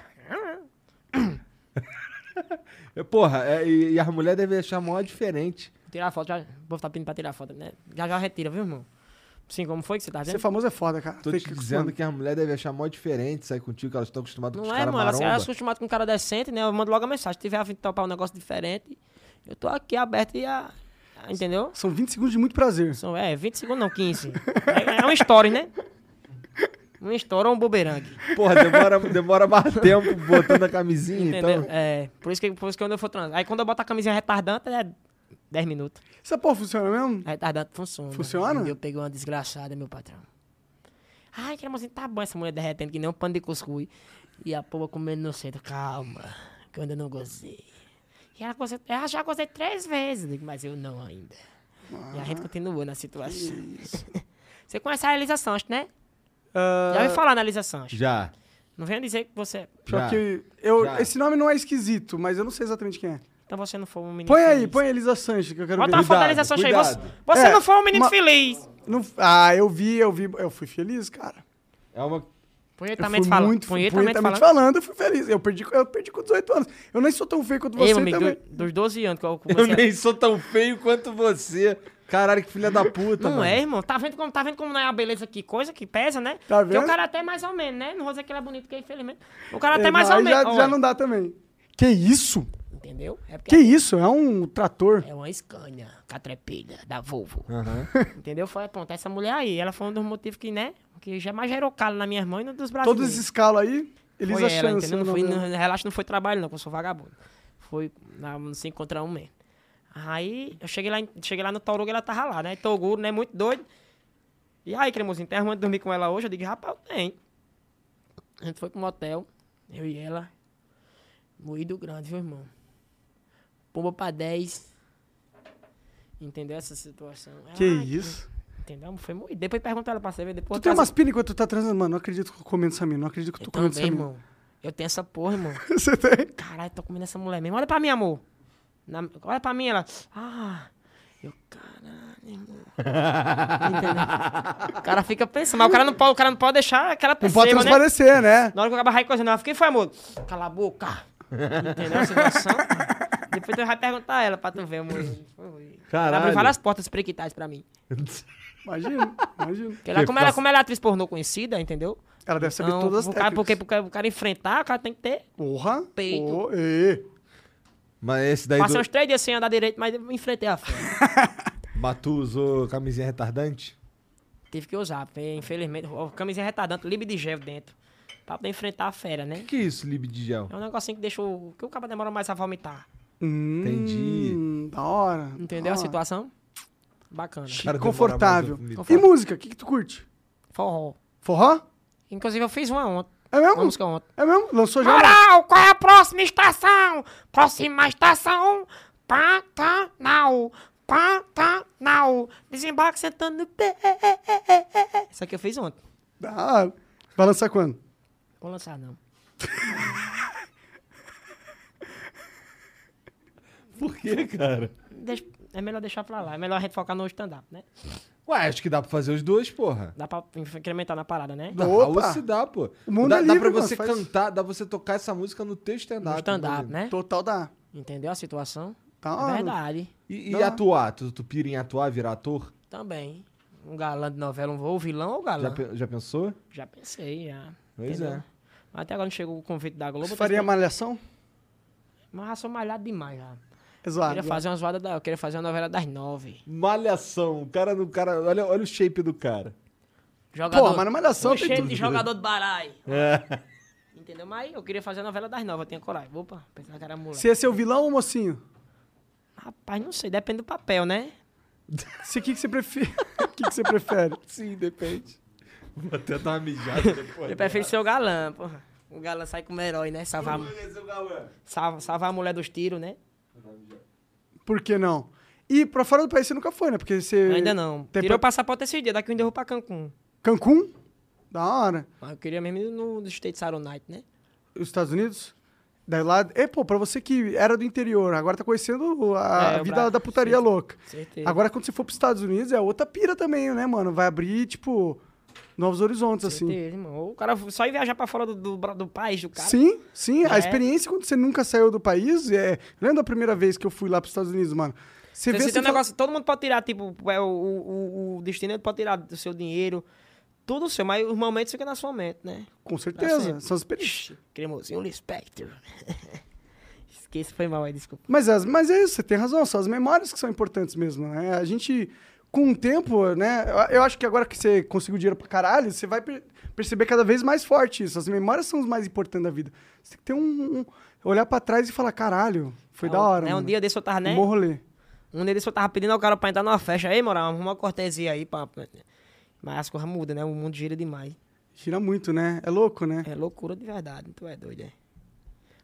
S2: É, Porra, é, e, e as mulheres devem achar mó diferente.
S4: Tirar foto, já. O povo tá pedindo pra tirar foto, né? Já já retira, viu, irmão? Sim, como foi que você tá
S3: Ser
S4: vendo?
S3: famoso é foda, cara.
S2: Tô
S3: Tem
S2: te
S3: que-
S2: dizendo que as mulheres devem achar mó diferente sair contigo, que elas estão acostumadas com
S4: Não
S2: os
S4: é,
S2: caras
S4: mano. Ela se ela se
S2: maromba.
S4: acostumada com um cara decente, né? Eu mando logo a mensagem. Se tiver a fim de topar um negócio diferente, eu tô aqui aberto e a. a- Entendeu?
S3: São 20 segundos de muito prazer.
S4: São, é, 20 segundos não, 15. É, é uma história, né? Uma história ou um bumerangue.
S2: Porra, demora, demora mais tempo botando a camisinha,
S4: Entendeu?
S2: então...
S4: É, por isso, que, por isso que quando eu for transar. Aí quando eu boto a camisinha retardante, é 10 minutos.
S3: Essa porra funciona mesmo?
S4: A retardante funciona.
S3: Funciona?
S4: Eu peguei uma desgraçada, meu patrão. Ai, que mocinha, tá bom essa mulher derretendo que nem um pano de cuscuz. E a porra comendo no centro. Calma, que eu ainda não gozei. E ela gozou, ela já gozei três vezes. Eu digo, mas eu não ainda. E
S3: Ah,
S4: a gente continuou na situação. Você conhece a Elisa Sanches, né?
S3: Ah,
S4: Já ouviu falar na Elisa Sanches.
S2: Já.
S4: Não venha dizer que você...
S3: Só
S2: Já.
S3: que eu,
S2: Já.
S3: esse nome não é esquisito, mas eu não sei exatamente quem é.
S4: Então você não foi um menino
S3: Põe aí,
S4: feliz.
S3: põe a Elisa Sanches, que eu quero
S4: Bota
S3: ver.
S4: uma foto da Elisa Sanches aí. Você,
S2: cuidado.
S4: você
S3: É,
S4: não foi um menino
S3: uma-
S4: feliz.
S3: Não- ah, eu vi, eu vi. Eu fui feliz, cara.
S2: É uma.
S3: Eu
S4: Punhetamente
S3: fui
S4: falando.
S3: muito
S4: punhetamente
S3: punhetamente
S4: falando.
S3: falando, eu fui feliz. Eu perdi, eu perdi com 18 anos. Eu nem sou tão feio quanto você
S4: Ei, meu amigo,
S3: também.
S4: do- dos 12 anos que eu
S2: Eu
S4: comecei a-
S2: nem sou tão feio quanto você. Caralho, que filha da puta,
S4: Não
S2: mano.
S4: é, irmão. Tá vendo como, tá vendo como não é a beleza aqui? Coisa que pesa, né?
S3: Tá
S4: Porque
S3: vendo?
S4: o cara até mais ou menos, né? Não vou dizer que ele é bonito, porque infelizmente... O cara até
S3: É,
S4: mais
S3: aí
S4: ou menos.
S3: Já,
S4: olha,
S3: já não dá também. Que isso?
S4: Entendeu? É porque
S3: Que isso? É um trator.
S4: é uma Scania, catrepilha, da Volvo.
S2: Aham.
S4: Entendeu? Foi, pronto, essa mulher aí, ela foi um dos motivos que, né? Que jamais gerou calo na minha irmã e no dos brasileiros.
S3: Todos esses calos aí, eles assim,
S4: foi ela,
S3: acham
S4: entendeu? Não foi, não,
S3: né?
S4: relaxa, não foi trabalho, não, que eu sou vagabundo. Foi na, não se encontrar um mesmo. Aí eu cheguei lá, em- cheguei lá no Toruga, ela tava lá, né? Toguro, né? Muito doido. E aí, cremosinho, tem arrumando de dormir com ela hoje? Eu digo, rapaz, tem. A gente foi pro motel, eu e ela. Moído grande, viu, irmão? Pumba pra 10. Entendeu essa situação? Ela,
S3: Que
S4: "Ai,
S3: isso?
S4: Entendeu? Foi moído. Depois pergunta ela pra você ver. Depois
S3: Tu tem
S4: traz-
S3: umas pinas enquanto tu tá transando. Mano, não acredito que eu tô comendo essa mina. Não acredito que eu tô
S4: Eu
S3: comendo
S4: também,
S3: essa mina.
S4: irmão. Eu tenho essa porra, irmão.
S3: Você tem?
S4: Caralho, tô comendo essa mulher mesmo. Olha pra mim, amor. Na- olha pra mim, ela. Ah. Eu, caralho, irmão. Entendeu? o cara fica pensando, mas o cara não pode, o cara não pode deixar que ela
S3: Não
S4: perceba,
S3: pode
S4: né?
S3: transparecer, né?
S4: Na hora que eu acabava coisando, ela fica, quem foi, amor? Cala a boca. Entendeu a situação? Depois tu vai perguntar a ela pra tu ver, amor. Ela abriu
S2: Caralho.
S4: várias portas prequitais pra mim.
S3: Imagina, imagina.
S4: Porque ela, como, ela, como ela é atriz pornô conhecida, entendeu?
S3: Ela deve saber
S4: Então,
S3: todas as
S4: o cara,
S3: técnicas.
S4: porque, porque o cara enfrentar, o cara tem que ter.
S3: Porra.
S4: Peito.
S3: Oh, ê.
S2: Mas esse daí.
S4: Passei
S2: Do...
S4: uns três dias sem andar direito, mas eu enfrentei a fome.
S2: Batu usou camisinha retardante?
S4: Tive que usar, porque infelizmente, ó, camisinha retardante, livre de gel dentro. Pra poder enfrentar a fera, né?
S2: O que é isso, lib de gel?
S4: É um negocinho que deixa o. que o cara demora mais a vomitar.
S3: Hum,
S2: Entendi.
S3: Da hora.
S4: Entendeu Tipo,
S3: da
S4: a
S3: hora.
S4: situação? Bacana.
S2: Cara,
S3: Confortável.
S2: demora mais
S3: E música? O que, que tu curte?
S4: Forró.
S3: Forró?
S4: Inclusive, eu fiz uma ontem.
S3: É
S4: Uma
S3: mesmo?
S4: música ontem.
S3: É mesmo? Lançou já?
S4: Coral, qual é a próxima estação? Próxima estação, Pantanal. Pantanal. Desembarque sentando no pé. Isso aqui eu fiz ontem.
S3: Da hora. Vai lançar quando?
S4: Vou lançar, não.
S2: Por que, cara?
S4: Deixa- É melhor deixar pra lá. É melhor a gente focar no stand-up, né?
S2: Ué, acho que dá pra fazer os dois, porra.
S4: Dá pra incrementar na parada, né?
S2: Dá,
S3: Opa!
S2: ou se dá, pô.
S3: O mundo
S2: dá,
S3: é
S2: dá
S3: livre,
S2: pra
S3: mano,
S2: você
S3: faz-
S2: cantar, dá pra você tocar essa música no teu stand-up.
S4: No stand-up,
S2: né?
S4: né?
S3: Total da.
S4: Entendeu a situação?
S3: Tá
S4: é
S3: ótimo.
S4: verdade.
S2: E, e
S3: Dá.
S2: atuar? Tu, tu pira em atuar, virar ator?
S4: Também. Um galã de novela, um ou vilão ou
S2: Já,
S4: galã. Já,
S2: pe- já pensou?
S4: pensei, já.
S2: Pois
S4: entendeu?
S2: é.
S4: Mas até agora não chegou o convite da Globo.
S3: Você
S4: eu tô
S3: faria
S4: esperando.
S3: malhação?
S4: Mas já sou malhado demais, já.
S3: É
S4: Eu
S3: zoado.
S4: queria fazer uma zoada da... Eu queria fazer uma novela das nove.
S2: Malhação. O cara no cara. Olha, olha o shape do cara.
S4: Jogador...
S3: mas na Malhação
S4: Um
S3: tem
S4: cheio
S3: tudo.
S4: de jogador de baralho.
S2: É.
S4: Entendeu? Mas eu queria fazer a novela das nove, eu tinha coragem. Opa, pensava que era moleque.
S3: Você ia ser é o vilão ou o mocinho?
S4: Rapaz, não sei, depende do papel, né?
S3: Você, o que, que você prefere? O que, que você prefere?
S2: Sim, depende. Vou até dar uma mijada depois.
S4: Eu prefiro ser o galã, porra. O galã sai como herói, né? Salvar, a- salva, salvar a mulher dos tiros, né?
S3: Por que não? E pra fora do país você nunca foi, né? Porque você.
S4: Ainda não.
S3: Tem
S4: Tirei
S3: pra-
S4: o passaporte esse dia, daqui eu ainda vou pra Cancún.
S3: Cancún? Da hora.
S4: Mas eu queria mesmo ir no no States Aeronite, né?
S3: Os Estados Unidos? Daí lá. E, pô, pra você que era do interior, agora tá conhecendo a
S4: É, o
S3: vida
S4: Bra-
S3: da putaria louca.
S4: Certeza.
S3: Agora, quando você for pros Estados Unidos, é outra pira também, né, mano? Vai abrir, tipo, novos horizontes, assim.
S4: Certeza, irmão. Ou O cara só ir viajar pra fora do, do, bra- do país do cara.
S3: Sim, sim. A
S4: É.
S3: experiência quando você nunca saiu do país é. Lembra da primeira vez que eu fui lá pros Estados Unidos, mano? Você
S4: Você,
S3: vê
S4: você
S3: assim,
S4: tem um
S3: fala,
S4: negócio, todo mundo pode tirar, tipo, é, o, o, o- o destino ele pode tirar do seu dinheiro, tudo seu, mas os momentos ficam na sua mente, né?
S3: Com
S4: Dá
S3: certeza.
S4: certo.
S3: São experiências.
S4: Ixi, cremosinho Lispector. Esqueci, foi mal aí, desculpa.
S3: Mas, as, mas é isso, você tem razão, são as memórias que são importantes mesmo, né? A gente, com o tempo, né? eu- Eu acho que agora que você conseguiu dinheiro pra caralho, você vai per- perceber cada vez mais forte isso. As memórias são os mais importantes da vida. Você tem que ter um. um- olhar pra trás e falar, caralho, foi da hora.
S4: Né, Um
S3: mano.
S4: dia desse eu tava, né?
S3: Um bom rolê.
S4: Um deles eu tava pedindo ao cara pra entrar numa festa. Aí, moral, arruma uma cortesia aí, pá. pá. Mas as coisas mudam, né? O mundo gira demais.
S3: Gira muito, né? É louco, né?
S4: É loucura de verdade, tu é doido, é.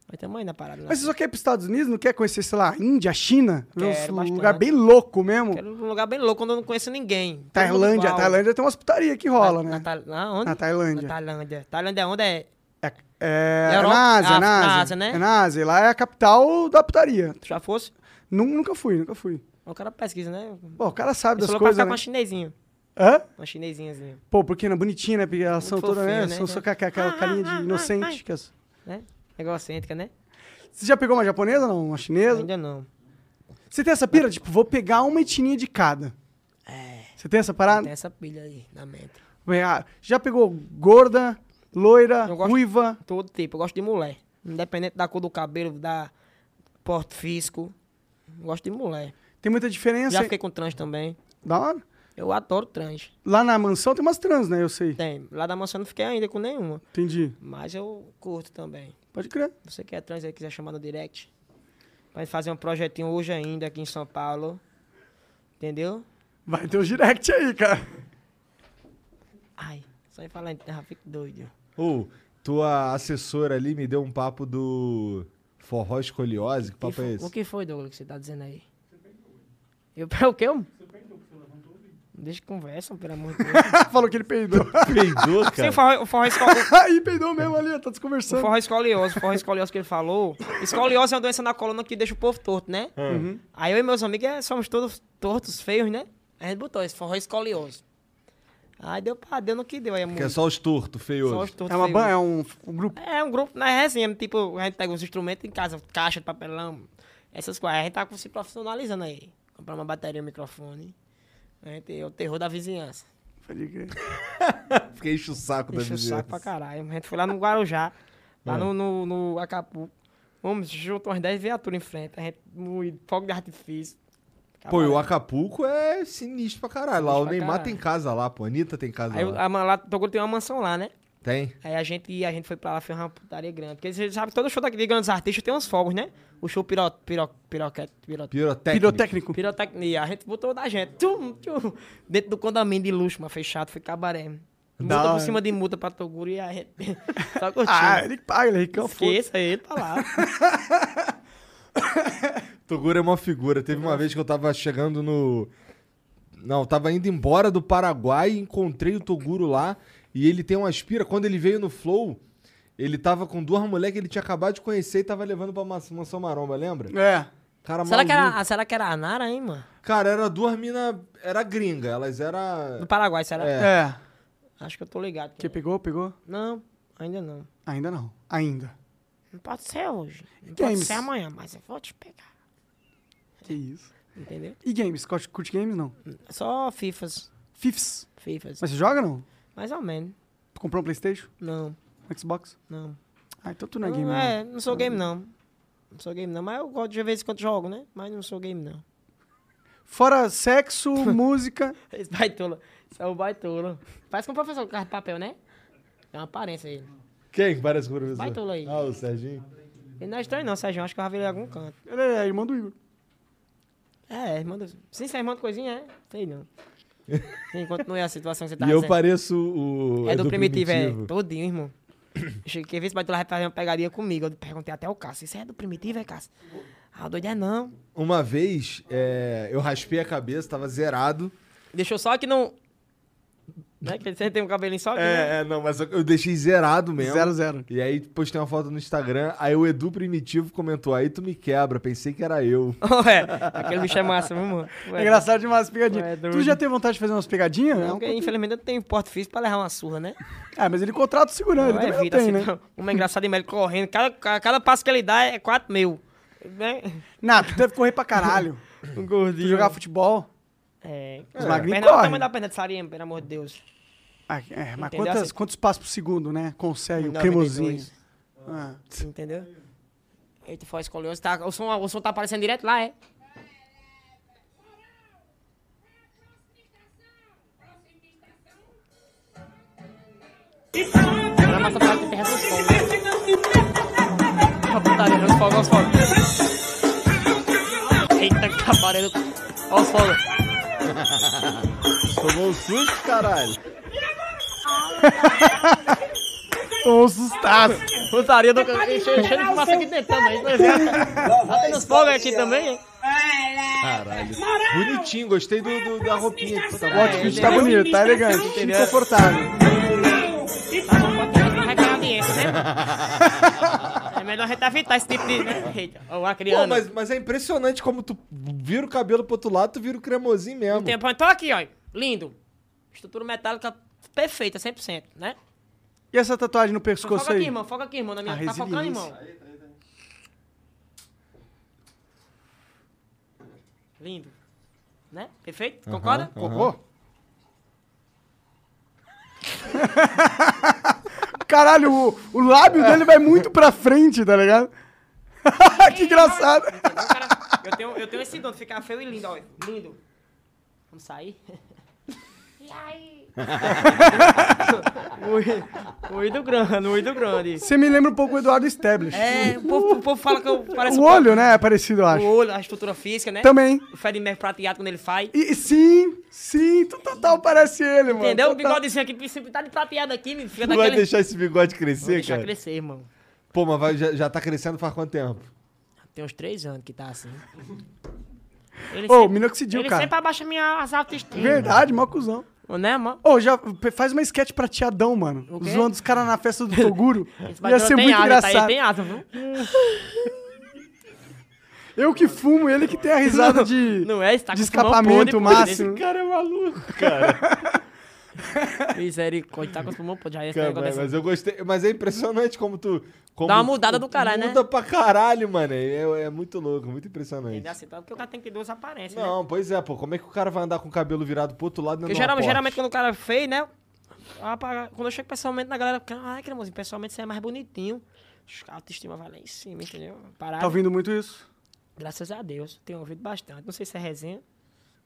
S4: Vai ter mãe na parada.
S3: Mas você só quer ir pros Estados Unidos? Não quer conhecer, sei lá, Índia, China? Ver
S4: Quero
S3: um
S4: bastante.
S3: lugar bem louco mesmo?
S4: Quero um lugar bem louco onde eu não conheço ninguém. Todo mundo
S3: Tailândia.
S4: igual.
S3: Tailândia tem umas putaria que rola,
S4: na,
S3: né?
S4: na Tha- na onde?
S3: Na Tailândia.
S4: Na Tailândia. Tailândia é onde é?
S3: É, é, é
S4: Europa-
S3: na Ásia, é
S4: Ah,
S3: na Ásia.
S4: na Ásia, né?
S3: É na Ásia. Lá é a capital da putaria.
S4: Tu já fosse?
S3: Nu- Nunca fui, nunca fui.
S4: O cara pesquisa, né?
S3: Pô, o cara sabe
S4: Eu
S3: das
S4: sou louco pra
S3: coisas,
S4: ficar
S3: né?
S4: com uma chinesinha.
S3: Hã?
S4: Uma chinesinhazinha.
S3: Pô, porque não é bonitinha, né? Porque elas são
S4: Muito
S3: todas, né?
S4: fofinha, né?
S3: São só com aquela aquela
S4: Ah,
S3: carinha
S4: ah,
S3: de
S4: ah,
S3: inocente.
S4: ah,
S3: que as-
S4: Né? Egocêntrica, né?
S3: Você já pegou uma japonesa ou não? Uma chinesa?
S4: Ainda não.
S3: Você tem essa pira? Tipo, vou pegar uma etnia de cada. É. Você tem essa parada?
S4: Tem essa pilha aí na mente.
S3: Ué, ah, Já pegou gorda, loira,
S4: Eu gosto-
S3: ruiva?
S4: Todo tipo. Eu gosto de mulher. Independente da cor do cabelo, da porte físico. Eu gosto de mulher.
S3: Tem muita diferença.
S4: Já
S3: hein?
S4: fiquei com trans também.
S3: Da hora.
S4: Eu adoro trans.
S3: Lá na mansão tem umas trans, né? Eu sei.
S4: Tem. Lá da mansão eu não fiquei ainda com nenhuma.
S3: Entendi.
S4: Mas eu curto também.
S3: Pode crer.
S4: Você que é trans aí, quiser chamar no direct. Pra gente fazer um projetinho hoje ainda aqui em São Paulo. Entendeu?
S3: Vai ter um direct aí, cara.
S4: Ai, só em falar em terra, fico doido.
S2: Ô, tua assessora ali me deu um papo do forró escoliose. Que papo
S4: Que fo-
S2: é
S4: O
S2: esse?
S4: que foi, Douglas, que você tá dizendo aí? Eu o quê? Você perdeu, porque você levantou o Deixa que conversam, pelo amor de Deus.
S3: Falou que ele peidou.
S2: Peidou,
S4: Sem
S2: cara.
S4: forró, o forró escolioso.
S3: Aí peidou mesmo ali, ó, tá
S4: O
S3: desconversando.
S4: forró escolioso, o forró escolioso que ele falou. Escoliose é uma doença na coluna que deixa o povo torto, né? Aí eu e meus amigos é, somos todos tortos, feios, né? A gente botou esse forró escolioso. Aí deu pra, deu no que deu aí,
S2: Que é só os tortos,
S4: Só os
S2: feiosos.
S4: tortos
S3: É, uma
S4: feios. né?
S3: ban- é um, um grupo.
S4: É um grupo, né? Resenha, tipo, a gente pega os instrumentos em casa, caixa de papelão, essas coisas. A gente tá se profissionalizando aí. Comprar uma bateria, um microfone. A gente é o terror da vizinhança.
S3: Pode crer.
S2: Porque enche o saco da
S4: Deixa o
S2: vizinhança.
S4: saco pra caralho. A gente foi lá no Guarujá, lá
S3: É.
S4: no, no, no Acapulco. Vamos, juntou umas 10 viaturas em frente. A gente, moído, fogo de artifício.
S2: Pô, e o
S4: Acabaram.
S2: Acapulco é sinistro pra caralho. Lá
S4: Sinistro
S2: o
S4: pra
S2: Neymar
S4: caralho.
S2: tem casa lá, pô. A Anitta tem casa
S4: Aí,
S2: lá.
S4: a, man- lá, Toguro tem uma mansão lá, né?
S2: Tem?
S4: Aí a gente, a gente foi pra lá, fez uma putaria grande. Porque você sabe que todo show daqui de grandes artistas tem uns fogos, né? O show piro, piro, piroquete, piro,
S2: Pirotécnico.
S3: Pirotécnico.
S4: Pirotecnia, a gente botou da gente. Tchum, tchum. Dentro do condomínio de luxo, mas fechado, foi cabaré.
S3: Da
S4: Multa
S3: hora.
S4: por cima de multa pra Toguro e a gente. Só curtindo.
S3: Ah, ele paga, ele é ricão. foda-se.
S4: né? Esqueça ele pra lá.
S2: Toguro é uma figura. Teve uma vez que eu tava chegando no. Não, eu tava indo embora do Paraguai, encontrei o Toguro lá e ele tem uma aspira. Quando ele veio no Flow, ele tava com duas mulheres que ele tinha acabado de conhecer e tava levando pra ma- Mansão Maromba, lembra?
S3: É.
S2: Cara,
S4: será, que
S2: maluco.
S4: era, será que era a Nara, hein, mano?
S2: Cara, era duas minas. Era gringa, elas era.
S4: Do Paraguai, será?
S2: É.
S3: É.
S4: Acho que eu tô ligado.
S3: Que pegou, pegou?
S4: Não, ainda não.
S3: Ainda não. Ainda.
S4: Não pode ser hoje. Não
S3: Games.
S4: pode ser amanhã, mas eu vou te pegar.
S3: Que isso.
S4: Entendeu?
S3: E games? Curte, curte games, não?
S4: Só FIFAs.
S3: Fifs.
S4: FIFAs.
S3: Mas você joga, não?
S4: Mais ou menos.
S3: Comprou um Playstation?
S4: Não,
S3: Um Xbox?
S4: não.
S3: Ah, então tu não é
S4: não,
S3: game,
S4: é,
S3: não.
S4: não sou game, não. Não sou game, não. Mas eu gosto de vez em quando jogo, né? Mas não sou game, não.
S3: Fora sexo, música...
S4: Esse baitola. Esse é o baitola. Parece que um professor com carro de papel, né? Tem uma aparência ele.
S2: Quem que parece com o professor?
S4: Baitola aí.
S2: Ah, o Serginho.
S4: Ele não é estranho, não, Sérgio. Acho que eu já vi ele em algum canto.
S3: Ele é irmão do Igor.
S4: É, irmão do... Sim, você é irmão de coisinha, é? Sei não. Sim, continue a situação que você tá
S2: E eu
S4: dizendo.
S2: pareço o.
S4: É do, primitivo, é. Todinho, irmão. Achei que esse baitola vai fazer uma pegadinha comigo. Eu perguntei até o Cássio. Isso é do primitivo, é, Cássio? Ah, o doido é não.
S2: Uma vez, é, eu raspei a cabeça, tava zerado.
S4: Deixou só que não... Né? Que você tem um cabelinho só aqui, né?
S2: É, é, não, mas eu, eu deixei zerado mesmo.
S3: Zero, zero.
S2: E aí postei uma foto no Instagram, aí o Edu Primitivo comentou, aí tu me quebra, pensei que era eu.
S4: Ué, aquele bicho é massa, viu, mano?
S3: É engraçado né? demais as pegadinhas.
S4: Ué, doido.
S3: tu já teve vontade de fazer umas pegadinhas?
S4: Não,
S3: Não,
S4: porque, infelizmente eu não tenho porte físico pra levar uma surra, né?
S3: Ah, mas ele contrata o segurante,
S4: Não
S3: ele também
S4: evita,
S3: não tem,
S4: assim,
S3: né?
S4: não. Uma engraçada e ele correndo. Cada, ca- cada passo que ele dá é 4 mil. Né?
S3: Não, tu deve correr pra caralho.
S4: Um
S3: Tu
S4: gordinho.
S3: jogar futebol.
S4: É.
S3: Os magrinhos
S4: Perna, olha o
S3: correm.
S4: tamanho da perna de sarinha, pelo amor de Deus.
S3: Ah, é, mas
S4: Entendeu?
S3: quantas,
S4: Assim-
S3: quantos passos por segundo, né? Consegue o
S4: 92.
S3: cremosinho. Ah,
S4: Entendeu? Eita, foi escolhoso. Tá, o, som, o som tá aparecendo direto lá, é? Programação pra terra dos fogos. Uma putaria, olha os fogos, olha os fogos. Eita, cabarelo. Olha os fogos.
S2: Tomou um susto, caralho.
S3: Tomou um sustaço.
S4: Putaria do
S8: pode
S4: enchendo
S8: mandar
S4: de
S8: o
S4: massa
S8: seu
S4: aqui dentro também. Tá tendo uns fogos aqui também, hein?
S2: Caralho.
S8: Moral.
S2: Bonitinho, gostei do, do- da roupinha. Puta,
S8: estação.
S2: tá
S3: Ótimo, o vídeo
S4: É,
S3: tá bonito, tá elegante, confortável.
S4: Vai cair audiência, né? É melhor a gente evitar esse tipo de. né? Eita, Ó, a
S2: Pô,
S4: criança.
S2: mas, mas é impressionante como tu vira o cabelo pro outro lado, tu vira o cremosinho mesmo.
S4: Tem- Então aqui, ó. Lindo. Estrutura metálica perfeita, 100%, né?
S3: E essa tatuagem no pescoço
S4: Foca aqui,
S3: aí?
S4: irmão. Foca aqui, irmão. Na minha.
S3: A
S4: Tá focando,
S3: resiliência.
S4: irmão. Lindo. Né? Perfeito? Concorda?
S3: Cocô? Caralho, o, o lábio
S4: É.
S3: dele vai muito pra frente, tá ligado? que engraçado.
S4: Entendeu, cara? Eu tenho, eu tenho esse dom de ficar feio e lindo, ó. Lindo. Vamos sair? Ui, ui do grande, ui do grande.
S3: Você me lembra um pouco o Eduardo Stablish.
S4: É, o povo, o povo fala que eu pareço um
S3: o olho, né? É parecido, eu
S4: O
S3: acho.
S4: olho, a estrutura física, né?
S3: Também.
S4: O Fred Mercury prateado quando ele faz.
S3: E, e sim, sim, tu total parece ele, mano. tá-
S4: Entendeu? O
S3: Total.
S4: bigodezinho aqui, sempre tá de prateado aqui, me fica
S2: Tu vai
S4: daquele...
S2: deixar esse bigode
S4: Vou
S2: crescer,
S4: deixar
S2: cara?
S4: crescer, irmão.
S2: Pô, mas vai- já, já tá crescendo faz quanto tempo?
S4: Tem uns três anos que tá assim. Ele
S3: Ô, minoxidil,
S4: ele
S3: cara.
S4: sempre abaixa minhas autoestimas.
S3: Verdade, mó cuzão.
S4: Né, mano?
S3: Ô, já p- faz uma sketch prateadão, mano.
S4: O quê?
S3: Zoando os caras na festa do Toguro.
S4: Esse
S3: Ia
S4: bagulho
S3: ser
S4: tem
S3: muito
S4: asa, Tá aí,
S3: engraçado.
S4: tem asa, viu?
S3: Eu que fumo, ele que tem a risada de,
S4: Não é? Você tá
S3: de
S4: com pulmão podre,
S3: escapamento
S4: pô,
S3: máximo.
S4: desse
S2: Cara, é maluco.
S4: Misericórdia, tá com os pulmão, pô, já ia ser um
S2: Cara,
S4: negócio
S2: mas,
S3: é
S4: desse.
S2: mas eu gostei. Mas é impressionante como tu. Como
S4: Dá uma mudada
S2: tu-
S4: do caralho, né?
S2: Muda pra caralho, mano. É, é muito louco, muito impressionante.
S4: Ele é aceitado porque o cara tem que ter duas aparências, né?
S2: Não, pois é, pô. Como é que o cara vai andar com o cabelo virado pro outro lado?
S4: Porque
S2: Porque
S4: geral- geralmente quando o cara é feio, né? apa- Quando eu chego pessoalmente na galera, ai, cremosinho, pessoalmente você é mais bonitinho. A autoestima vai lá em cima, entendeu? Parada.
S3: Tá ouvindo muito isso?
S4: Graças a Deus, tenho ouvido bastante. Não sei se é resenha,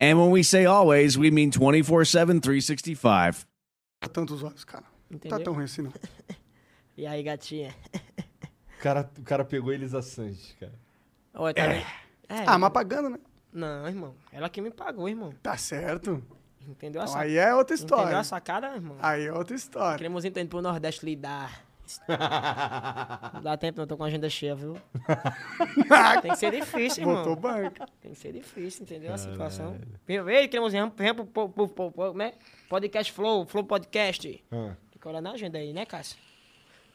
S9: And when we say always, we mean 24 7, 365.
S3: Tantos olhos, cara. Não tá
S4: Entendeu?
S3: tão ruim assim, não.
S4: E aí, gatinha?
S2: O cara, o cara pegou eles a Sanches, cara.
S4: Olha, tá vendo? É,
S3: Ah, mas pagando, né?
S4: Não, irmão. Ela que me pagou, irmão.
S3: Tá certo.
S4: Entendeu a
S3: Então,
S4: sac-
S3: aí é outra
S4: Entendeu
S3: história.
S4: a sacada, irmão?
S3: Aí é outra história.
S4: Queremos ir indo pro Nordeste lidar. Não dá tempo, não. Tô com a agenda cheia, viu? Tem que ser difícil, irmão.
S3: Botou banco.
S4: Tem que ser difícil, entendeu? A situação. Vem, Ei, queremos ir. Vem pro, pro, pro, pro, pro, né? Podcast Flow, Flow Podcast.
S2: Ah.
S4: Tem que olhar na agenda aí, né, Cássio?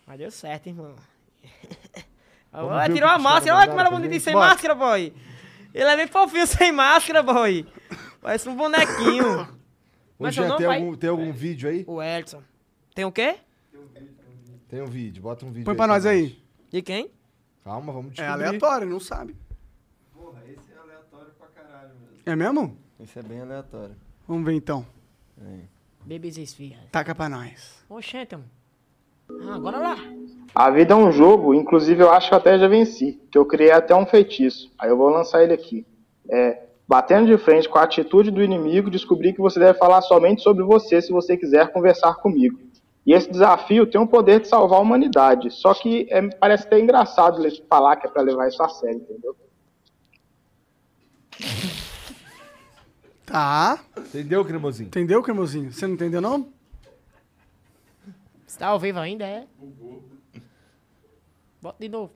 S4: Mas deu certo, irmão. Olha, tirou a máscara. Olha como era
S2: né?
S4: bonito sem
S3: Bora.
S4: máscara, boy. Ele é bem fofinho sem máscara, boy. Parece um bonequinho. Como é
S2: Hoje
S4: seu nome,
S2: tem,
S4: pai?
S2: algum, tem algum vídeo aí?
S4: O Edson. Tem o quê?
S2: Tem um vídeo, bota um vídeo.
S3: Põe pra nós aí.
S4: De quem?
S2: Calma, vamos
S3: É
S2: descobrir.
S3: aleatório, não sabe.
S7: Porra, esse é aleatório pra caralho mesmo.
S3: É mesmo?
S7: Esse é bem aleatório.
S3: Vamos ver então.
S4: Bebês esfirras.
S3: Taca pra nós.
S4: Oxente, mano. Ah, agora lá.
S10: A vida é um jogo, inclusive eu acho que eu até já venci, que eu criei até um feitiço. Aí eu vou lançar ele aqui. É, batendo de frente com a atitude do inimigo, descobri que você deve falar somente sobre você se você quiser conversar comigo. E esse desafio tem o poder de salvar a humanidade. Só que é, parece até engraçado le- falar que é pra levar isso a sério, entendeu?
S3: Tá.
S2: Entendeu, cremosinho?
S3: Entendeu, cremosinho? Você não entendeu, não?
S4: Você tá ao vivo ainda, é? Bota de novo.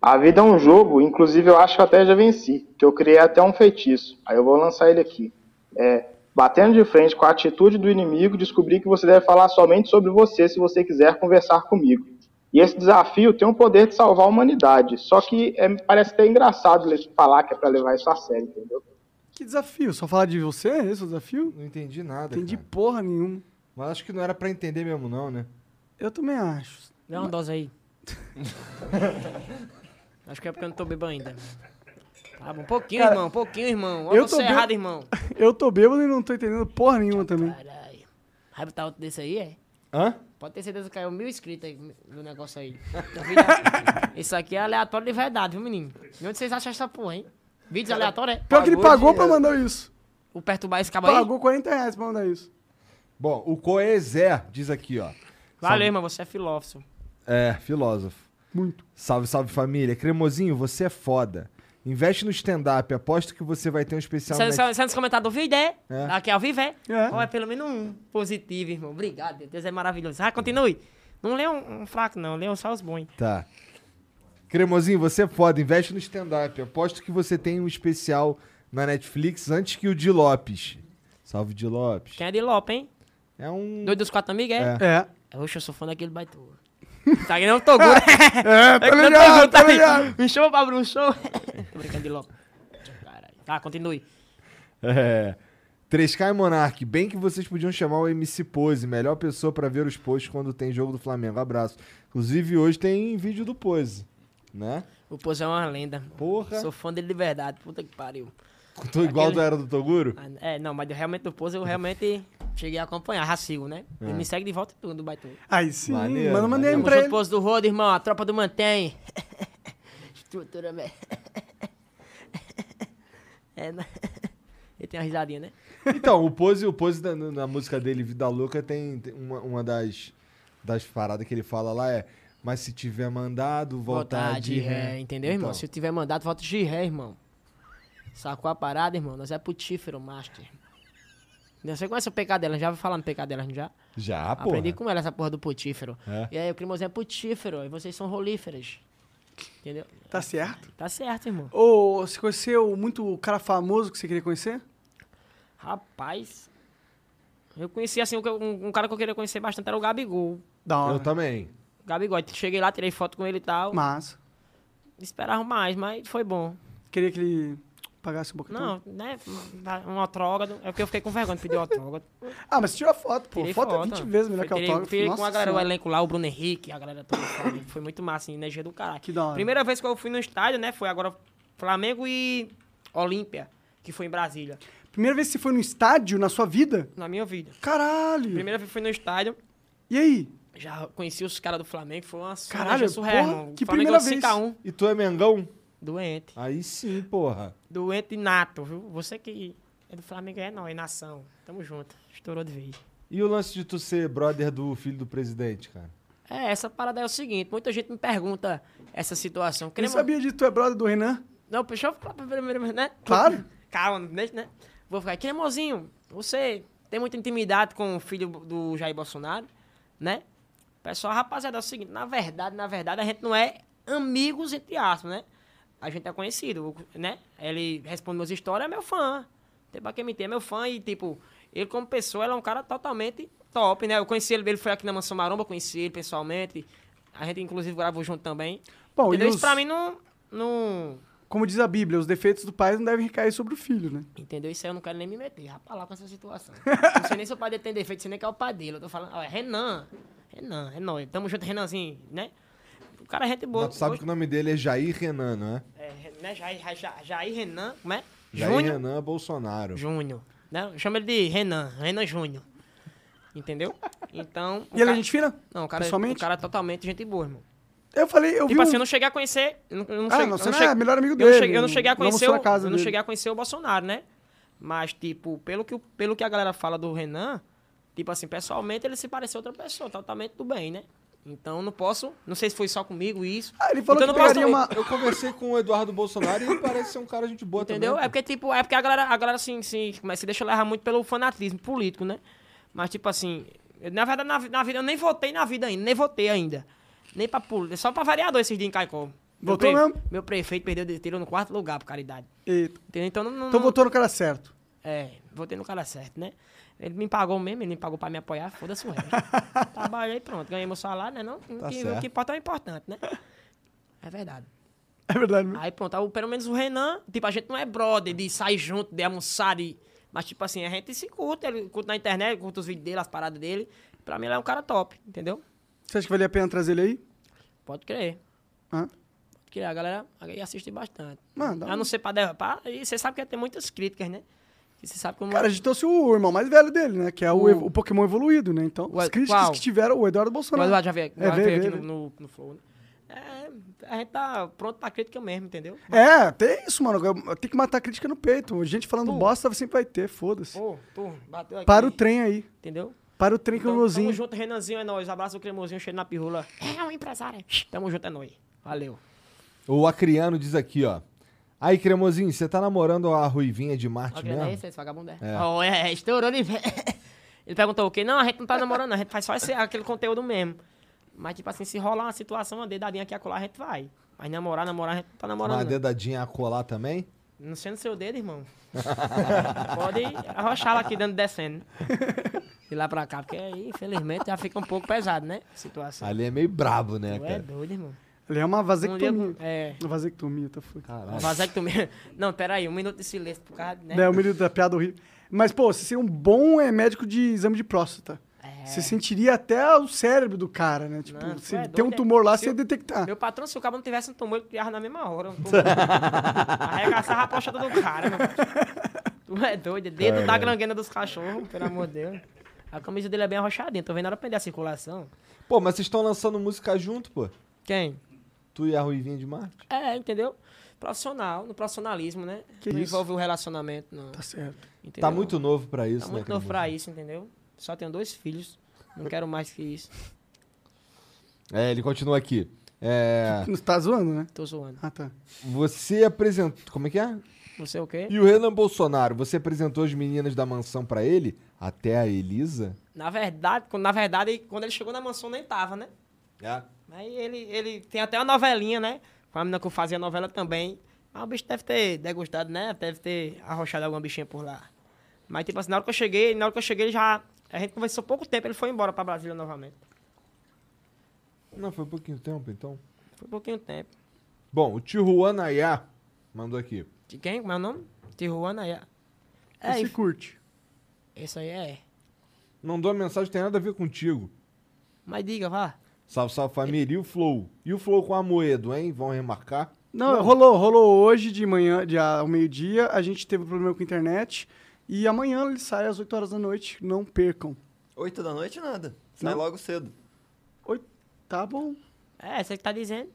S10: A vida é um jogo, inclusive eu acho que eu até já venci, que eu criei até um feitiço. Aí eu vou lançar ele aqui. É, Batendo de frente com a atitude do inimigo, descobri que você deve falar somente sobre você se você quiser conversar comigo. E esse desafio tem o poder de salvar a humanidade. Só que é, parece até engraçado falar que é para levar isso a sério, entendeu?
S3: Que desafio? Só falar de você? Esse é o desafio?
S2: Não entendi
S4: É
S2: nada.
S3: Entendi
S2: cara.
S3: porra nenhuma.
S2: Mas acho que não era pra entender mesmo, não, né?
S3: Eu também acho.
S4: Dá uma dose aí. Acho que é porque eu não tô bêbado ainda. Tá bom, um pouquinho, irmão, um pouquinho, irmão. Olha
S3: eu tô
S4: você
S3: bêbado.
S4: errado, irmão.
S3: Eu tô bêbado e não tô entendendo porra nenhuma também.
S4: Caralho. Vai botar outro desse aí, é?
S2: Hã?
S4: Pode ter certeza que caiu mil inscritos aí no negócio aí. Então, vídeo- Isso aqui é aleatório de verdade, viu, menino? De onde vocês acham essa porra, hein? Vídeos aleatórios, é?
S3: Pior que ele
S2: Pagou
S3: pagou
S2: dinheiro.
S3: pra mandar isso.
S4: O perturbar esse cabo aí?
S3: Pagou 40 reais pra mandar isso.
S2: Bom, o Coezé diz aqui, ó.
S4: Valeu, irmão, você é filósofo.
S2: É, filósofo.
S3: Muito.
S2: Salve, salve família. Cremosinho, você é foda. Investe no stand-up, aposto que você vai ter um especial.
S4: Você
S2: na-
S4: você- você nos comentários do vídeo, é? Aqui ao vivo, é?
S3: Então, É.
S4: Ou é pelo menos um positivo, irmão. Obrigado, Deus é maravilhoso. Ah, continue. Não leu um, um fraco, não. Leu só os bons.
S2: Tá. Cremosinho, você é foda. Investe no stand-up. Aposto que você tem um especial na Netflix antes que o de Lopes. Salve, de Lopes.
S4: Quem é de Lope, hein?
S2: É um.
S4: Dois dos quatro amigos, é?
S3: É.
S4: Oxe, eu sou fã daquele baitu. Tá aqui não tô gordo.
S3: É,
S4: É
S3: tá
S4: que não tô
S3: ligado,
S4: gordo,
S3: tá
S4: aí.
S3: ligado.
S4: Me chama pra abrir um show. tô brincando de Lope. Caralho. Tá, continue.
S2: É. 3K e Monark, bem que vocês podiam chamar o MC Pose, melhor pessoa pra ver os posts quando tem jogo do Flamengo. Abraço. Inclusive, hoje tem vídeo do Pose, né?
S4: O Pozo é uma lenda.
S2: Porra.
S4: Sou fã dele de verdade. Puta que pariu.
S2: Tô igual
S4: Aquele-
S2: do Era do Toguro?
S4: Ah, É, não, mas eu realmente do Pozo eu realmente cheguei a acompanhar. Já sigo, né?
S3: É.
S4: Ele me segue de volta e tudo do Baitu.
S3: Aí sim,
S2: Maneiro,
S3: manda uma DM
S4: Tamo
S3: pra
S4: junto,
S3: ele.
S4: Pozo do Rodo, irmão. A tropa do Mantém. Estrutura, velho. É, né? Ele tem uma risadinha, né?
S2: Então, o Pose, o Pose na, na música dele, Vida Louca, tem, tem uma, uma das, das paradas que ele fala lá é. Mas se tiver mandado, voltar, Então.
S4: Voltar de ré, entendeu, irmão? Se eu tiver mandado, volta de ré, irmão. Sacou a parada, irmão? Nós é putífero, master. Não sei conhece o pecadela, já ouviu falar no pecadela, não já?
S2: Já, pô.
S4: Aprendi com ela essa porra do putífero.
S2: É.
S4: E aí, o crimosinho é putífero, e vocês são rolíferas. Entendeu?
S3: Tá certo?
S4: Tá certo, irmão.
S3: Ô, você conheceu muito o cara famoso que você queria conhecer?
S4: Rapaz. Eu conheci, assim, um, que eu- um- um cara que eu queria conhecer bastante era o Gabigol.
S3: Da
S2: Eu
S3: hora.
S2: também.
S4: Gabigol, cheguei lá, tirei foto com ele e tal.
S3: Mas,
S4: Esperava mais, mas foi bom.
S3: queria que ele pagasse um pouquinho.
S4: Não, né? Um autógrafo. É porque eu fiquei com vergonha de pedir autógrafo.
S3: Ah, mas tirou a foto, pô.
S4: Tirei
S3: Foto é 20 vezes melhor
S4: Fui-
S3: que
S4: tirei-
S3: autógrafo.
S4: fui com
S3: Nossa
S4: a galera, o
S3: Senhora.
S4: elenco lá, o Bruno Henrique, a galera toda. sabe? foi muito massa, assim, energia do caralho.
S3: Que da hora.
S4: Primeira vez que eu fui no estádio, né? Foi agora Flamengo e Olímpia, que foi em Brasília,
S3: Primeira vez que você foi no estádio na sua vida?
S4: na minha vida.
S3: Caralho!
S4: Primeira vez que fui no estádio,
S3: E aí?
S4: já conheci os caras do Flamengo, foi uma su-
S3: Caralho,
S4: energia surreal,
S3: porra,
S4: irmão.
S3: que
S4: Flamengo
S3: primeira
S4: 5x1,
S2: E tu é Mengão?
S4: doente.
S2: Aí sim, porra.
S4: Doente nato, viu? Você que é do Flamengo, é nóis, nação. Tamo junto. Estourou de vez.
S2: E o lance de tu ser brother do filho do presidente, cara?
S4: É, essa parada é o seguinte, muita gente me pergunta essa situação.
S3: Eu não
S4: Queremos-
S3: sabia de tu é brother do Renan?
S4: Não, deixa eu falar primeiro, né?
S3: Claro.
S4: Calma, não deixa, né? Vou ficar aqui, amorzinho. Você tem muita intimidade com o filho do Jair Bolsonaro, né? Pessoal, rapaziada, é o seguinte, na verdade, na verdade, a gente não é amigos, entre aspas, né? A gente é conhecido, né? Ele responde minhas histórias, é meu fã. Tem pra quem mentir, é meu fã e, tipo, ele como pessoa, ele é um cara totalmente top, né? Eu conheci ele, ele foi aqui na Mansão Maromba, eu conheci ele pessoalmente. A gente, inclusive, gravou junto também.
S3: Bom,
S4: Entendeu?
S3: e
S4: Isso
S3: os-
S4: pra mim não... não...
S3: Como diz a Bíblia, os defeitos do pai não devem recair sobre o filho, né?
S4: Entendeu? Isso aí eu não quero nem me meter, rapaz, lá com essa situação. não sei nem se o pai dele tem defeito, sei nem que é o pai dele. Eu tô falando, ó, é Renan. Renan, Renan. Tamo junto, Renanzinho, né? O cara é gente boa.
S2: Mas tu sabe que o nome dele é Jair Renan, não é?
S4: É, né? Jair, Jair, Jair Renan, como é?
S2: Jair
S4: Júnior.
S2: Renan Bolsonaro.
S4: Júnior. Né? Chama ele de Renan, Renan Júnior. Entendeu? Então. o
S3: E ele
S4: ca-
S3: é gente fina?
S4: Não, o cara, o
S3: pessoalmente?
S4: cara é totalmente gente boa, irmão.
S3: Eu falei, eu vi.
S4: Tipo assim,
S3: um-
S4: eu não cheguei a conhecer. eu não- eu não
S3: Ah,
S4: cheguei-
S3: não,
S4: eu
S3: você
S4: não
S3: não
S4: cheguei-
S3: é melhor amigo
S4: Eu não
S3: dele,
S4: cheguei, eu não cheguei a
S3: vamos
S4: conhecer.
S3: pra
S4: o- Eu,
S3: casa
S4: não
S3: dele.
S4: cheguei a conhecer o Bolsonaro, né? Mas, tipo, pelo que, o- pelo que a galera fala do Renan, tipo assim, pessoalmente ele se parece a outra pessoa, totalmente do bem, né? Então não posso. Não sei se foi só comigo isso.
S3: Ah, ele falou
S4: então,
S3: que
S4: não posso-
S3: pegaria uma...
S2: Eu conversei com o Eduardo Bolsonaro e ele parece ser um cara gente boa
S4: Entendeu?
S2: também.
S4: É porque, tipo, é porque a galera, a galera assim, se, mas se deixa levar muito pelo fanatismo político, né? Mas, tipo assim, eu, na verdade, na, vi- na vida, eu nem votei na vida ainda, nem votei ainda. Nem pra político, só pra vereador esses dias em Caicó. Meu
S3: Votou mesmo?
S4: Meu prefeito perdeu de tiro no quarto lugar, por caridade.
S3: Eita.
S4: Entendeu? Então não. não
S3: Então
S4: não-
S3: votou no cara certo.
S4: É, votei no cara certo, né? Ele me pagou mesmo, ele me pagou pra me apoiar, foda-se o resto. Trabalhei, pronto, ganhei meu salário, né? Não, o, que, o
S2: certo.
S4: que importa é o importante, né? É verdade.
S3: É verdade.
S4: Aí pronto, aí, pelo menos o Renan, tipo, a gente não é brother de sair junto, de almoçar, de... mas tipo assim, a gente se curta, ele curta na internet, curta os vídeos dele, as paradas dele. Pra mim ele é um cara top, entendeu?
S3: Você acha que valia a pena trazer ele aí?
S4: Pode crer.
S3: Hã?
S4: Pode crer, a galera aí assiste bastante.
S3: Mano, dá
S4: a
S3: um-
S4: Ah, não ser pra derrubar, e você sabe que tem muitas críticas, né? E você sabe como...
S3: Cara, a gente trouxe o irmão mais velho dele, né? Que é o,
S4: né? O-
S3: ev- o Pokémon evoluído, né? Então,
S4: Ué,
S3: os críticos
S4: qual?
S3: que tiveram o Eduardo
S4: O
S3: Bolsonaro.
S4: Eduardo já veio,
S3: É,
S4: já
S3: vê,
S4: veio
S3: vê,
S4: aqui
S3: vê.
S4: no, no, no Flow, né? É, a gente tá pronto pra crítica mesmo, entendeu?
S3: É, tem isso, mano. Tem que matar a crítica no peito. Gente falando bosta sempre vai ter, foda-se.
S4: Ô, tu, bateu aqui.
S3: Para o trem aí.
S4: Entendeu?
S3: Para o trem que
S4: Então, tamo
S3: cremosinho.
S4: junto, Renanzinho, é nóis. Abraço o cremosinho, cheio na pirula. É um empresário. Tamo junto, é nóis. Valeu. É
S2: O Acriano diz aqui, ó. Aí, Cremosinho, você tá namorando a Ruivinha de Marte
S4: Olha é
S2: mesmo?
S4: esse, esse vagabundo é. Oh, é, estourou ele. ele perguntou o quê? Não, a gente não tá namorando, não. a gente faz só esse- aquele conteúdo mesmo. Mas, tipo assim, se rolar uma situação, uma dedadinha aqui a colar, a gente vai. Mas namorar, namorar, a gente não tá
S2: Uma
S4: namorando. Não,
S2: dedadinha a colar também?
S4: não sendo seu dedo, irmão. Pode arrochar lá aqui dentro descendo. De lá pra cá, porque aí, infelizmente, já fica um pouco pesado, né? A situação.
S2: Ali é meio brabo, né,
S4: Tu é
S2: cara?
S4: doido, irmão.
S3: Ele é uma
S4: Um dia-
S3: vasectomia.
S4: é.
S3: Uma vasectomia, tá foda.
S2: Caralho.
S4: Vasectomia. Não, peraí, um minuto de silêncio por causa, né?
S3: É, o menino da piada horrível. Mas, pô, você seria um bom é, médico de exame de próstata.
S4: É.
S3: Você sentiria até o cérebro do cara, né? Tipo,
S4: Não, tu
S3: se
S4: é
S3: tem um
S4: doido, é.
S3: tumor lá,
S4: Se
S3: você ia
S4: eu-
S3: detectar.
S4: Meu patrão, se o cabo não tivesse um tumor, ele criava na mesma hora. Um tumor. Arregaçava a pochada do cara, mano. Tu é doido,
S2: Tá
S4: dentro da granguena dos cachorros, pelo amor de Deus. A camisa dele é bem arrochadinha, tô vendo na hora perder a circulação.
S2: Pô, mas vocês estão lançando música junto, pô.
S4: Quem?
S2: Tu e a Ruivinha de Marte. Tá
S4: É, entendeu? Profissional, no profissionalismo, né?
S3: Que
S4: não
S3: isso?
S4: envolve o relacionamento, não.
S3: Tá certo.
S4: entendeu?
S2: Tá muito novo pra isso,
S4: Tá
S2: né?
S4: muito novo
S2: Cremosinho?
S4: pra isso, entendeu? Só tenho dois filhos, não quero mais que isso.
S2: É, ele continua aqui. É.
S3: Não tá zoando, né?
S4: Tô zoando.
S3: Ah, tá.
S2: Você apresentou. Como é que é?
S4: Não sei o quê.
S2: E o Renan Bolsonaro, você apresentou as meninas da mansão pra ele? Até a Elisa?
S4: Na verdade, quando- na verdade, quando ele chegou na mansão, nem tava, né?
S2: É.
S4: Aí ele, ele tem até uma novelinha, né? Com a menina que eu fazia novela também. Mas o bicho deve ter degustado, né? Deve ter arrochado alguma bichinha por lá. Mas, tipo assim, na hora que eu cheguei, na hora que eu cheguei, ele já. A gente conversou pouco tempo, ele foi embora pra Brasília novamente.
S2: Não, foi pouquinho tempo, então.
S4: Foi pouquinho tempo.
S2: Bom, o Tijuana Ayá mandou aqui.
S4: De quem? Como é o nome? Tijuana. É,
S3: Você
S4: é
S3: se curte.
S4: isso aí é.
S2: Mandou a mensagem, tem nada a ver contigo.
S4: Mas diga, vá.
S2: Salve, salve família. E o Flow? E o Flow com a Moedo, hein? Vão remarcar?
S3: Não, rolou, rolou hoje de manhã, de ao meio-dia. A gente teve um problema com a internet. E amanhã ele sai às 8 horas da noite. Não percam.
S8: Oito da noite, nada. Sai
S3: Não.
S8: logo cedo.
S3: Oi, tá bom.
S4: É, você que tá dizendo.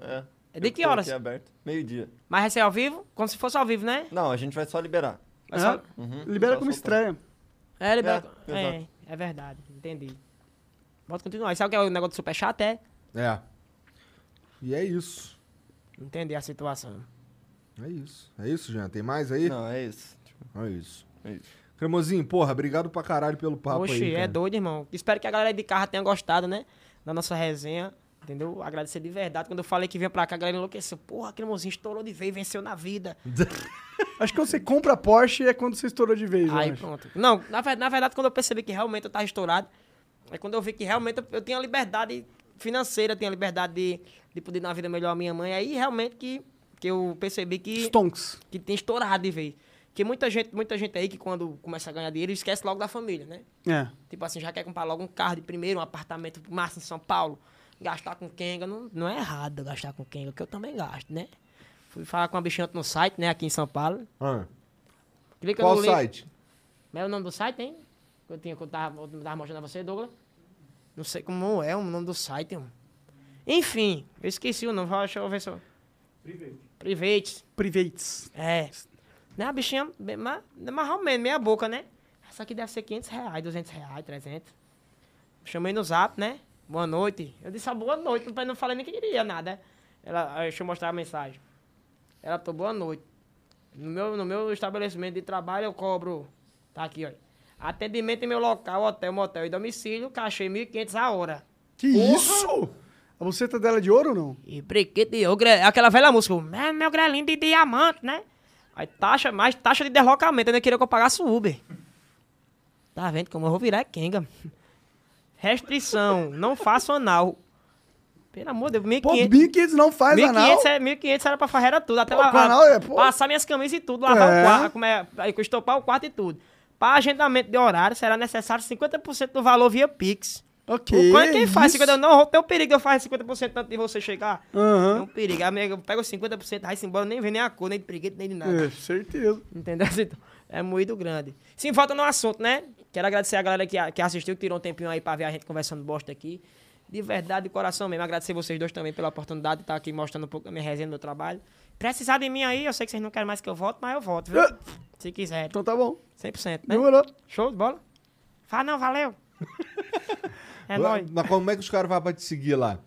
S8: É.
S4: É de
S8: Eu
S4: que
S8: tô
S4: horas?
S8: aqui aberto. Meio-dia.
S4: Mas vai ser ao vivo? Como se fosse ao vivo, né?
S8: Não, a gente vai só liberar.
S4: Vai
S3: É?
S4: hum, só-
S8: Uhum.
S3: Libera
S8: Só
S3: como
S8: soltar.
S3: estreia.
S4: É, ele bota-
S8: É,
S4: é,
S8: exato.
S4: é verdade, entendi. Pode continuar. E sabe o que é o negócio do superchat? É?
S2: É. E é isso.
S4: Entendi a situação.
S2: É isso. É isso, Jean. Tem mais aí?
S8: Não, é isso. Tipo,
S2: É isso.
S8: é isso.
S2: Cremosinho, porra, obrigado pra caralho pelo papo
S4: Oxi,
S2: aí.
S4: é
S2: cara.
S4: doido, irmão. Espero que a galera aí de carro tenha gostado, né? Da nossa resenha. Entendeu? Agradecer de verdade. Quando eu falei que vinha pra cá, a galera enlouqueceu. Porra, aquele mozinho estourou de vez, venceu na vida.
S3: Acho que você compra a Porsche é quando você estourou de vez. eu
S4: Aí
S3: acho.
S4: pronto. Não, na, ver- na verdade, quando eu percebi que realmente eu tava estourado, é quando eu vi que realmente eu, eu tinha liberdade financeira, eu tinha liberdade de, de poder dar uma vida melhor à minha mãe. Aí realmente que, que eu percebi que.
S3: Stonks.
S4: que tem estourado de vez. Porque muita gente, muita gente aí que quando começa a ganhar dinheiro, esquece logo da família, né?
S3: É.
S4: Tipo assim, já quer comprar logo um carro de primeiro, um apartamento massa em São Paulo, gastar com Kenga. Não, não é errado gastar com Kenga, que eu também gasto, né? Fui falar com uma bichinha no site, né, aqui em São Paulo.
S2: Ah,
S4: Clica
S2: Qual
S4: no link.
S2: site?
S4: Como é o nome do site, hein? Que eu tinha que eu tava, eu tava mostrando a você, Douglas. Não sei como é o nome do site, mano. Enfim, eu esqueci o nome, vai, deixa eu ver se eu... Private.
S3: Privates.
S4: É. Né, a bichinha, bem- ma- mais ou menos, meia boca, né? Essa aqui deve ser 500 reais, 200 reais, 300. Chamei no zap, né? Boa noite. Eu disse, ah, boa noite, não, não falei nem que queria nada. Ela, ah, deixa eu mostrar a mensagem. Ela, tô, boa noite. No meu, no meu estabelecimento de trabalho, eu cobro... Tá aqui, ó. Atendimento em meu local, hotel, motel e domicílio, cachê 1.500 a hora.
S3: Que isso? A buceta dela é de ouro ou não?
S4: E brinquedo de ogre, aquela velha música, "É meu grelhinho de diamante, né? Aí taxa, mais taxa de deslocamento. Ainda queria que eu pagasse o Uber. Tá vendo como eu vou virar Kenga? Restrição, não faço anal. Pelo amor de Deus,
S3: Pô,
S4: 1500.
S3: 1.500 não faz
S4: 1500,
S3: anal.
S4: é, 1500 era pra farrar era tudo. Até
S3: Pô,
S4: lavar,
S3: canal é, pô.
S4: passar minhas camisas e tudo, lavar
S3: É.
S4: o quarto, como é, aí estopar o quarto e tudo. Para agendamento de horário, será necessário 50% do valor via Pix.
S3: Ok.
S4: é Quando quem faz
S3: isso.
S4: 50%, não, tem um perigo eu faço 50% antes de você chegar.
S3: Aham.
S4: É um perigo. Aí, amigo, eu pego 50%, vai-se embora, nem vê nem a cor, nem de preguiça, nem de nada.
S3: É, certeza.
S4: Entendeu? Então, é moído grande. Sim, volta no assunto, né? Quero agradecer a galera que, que assistiu, que tirou um tempinho aí pra ver a gente conversando bosta aqui. De verdade, de coração mesmo. Agradecer vocês dois também pela oportunidade de estar aqui mostrando um pouco da minha resenha, do meu trabalho. Precisar de mim aí, eu sei que vocês não querem mais que eu volte, mas eu volto, viu?
S3: Ah.
S4: Se quiserem.
S3: Então tá bom.
S4: 100%, né?
S3: Demorou.
S4: Show de bola? Fala não, valeu. É nóis. Tá
S2: Mas como é que os caras vão pra te seguir lá?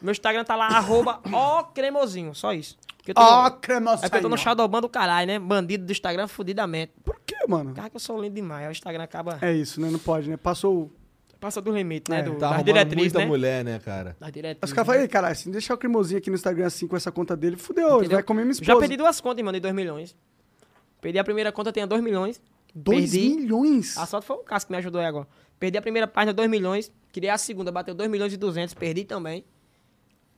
S4: Meu Instagram tá lá, arroba ó cremosinho, só isso. Porque eu tô,
S3: Ó,
S4: é porque eu tô no
S3: chato.
S4: Shadowban do caralho, né? Bandido do Instagram, fudidamente.
S3: Por que, mano?
S4: Cara, que eu sou lindo demais. aí O Instagram acaba.
S3: É isso, né? Não pode, né? Passou. o-
S4: Passa do limite, né?
S3: É,
S4: do,
S2: Tá
S4: das
S2: arrumando
S4: diretrizes,
S2: muita
S4: né?
S2: mulher, né, cara?
S4: Das diretrizes. né?
S3: Os caras falam, ei, caralho, se não deixar assim, o cremosinho aqui no Instagram assim com essa conta dele, fudeu, ele
S4: entendeu?
S3: vai comer minha
S4: Eu
S3: esposa.
S4: Já perdi duas contas, mano, de 2 milhões. Perdi a primeira conta, tinha 2 milhões.
S3: Dois
S4: perdi.
S3: milhões?
S4: A sorte foi o Cássio que me ajudou aí agora. Perdi a primeira página, 2 milhões. Criei a segunda, bateu 2 milhões e 200. Perdi também.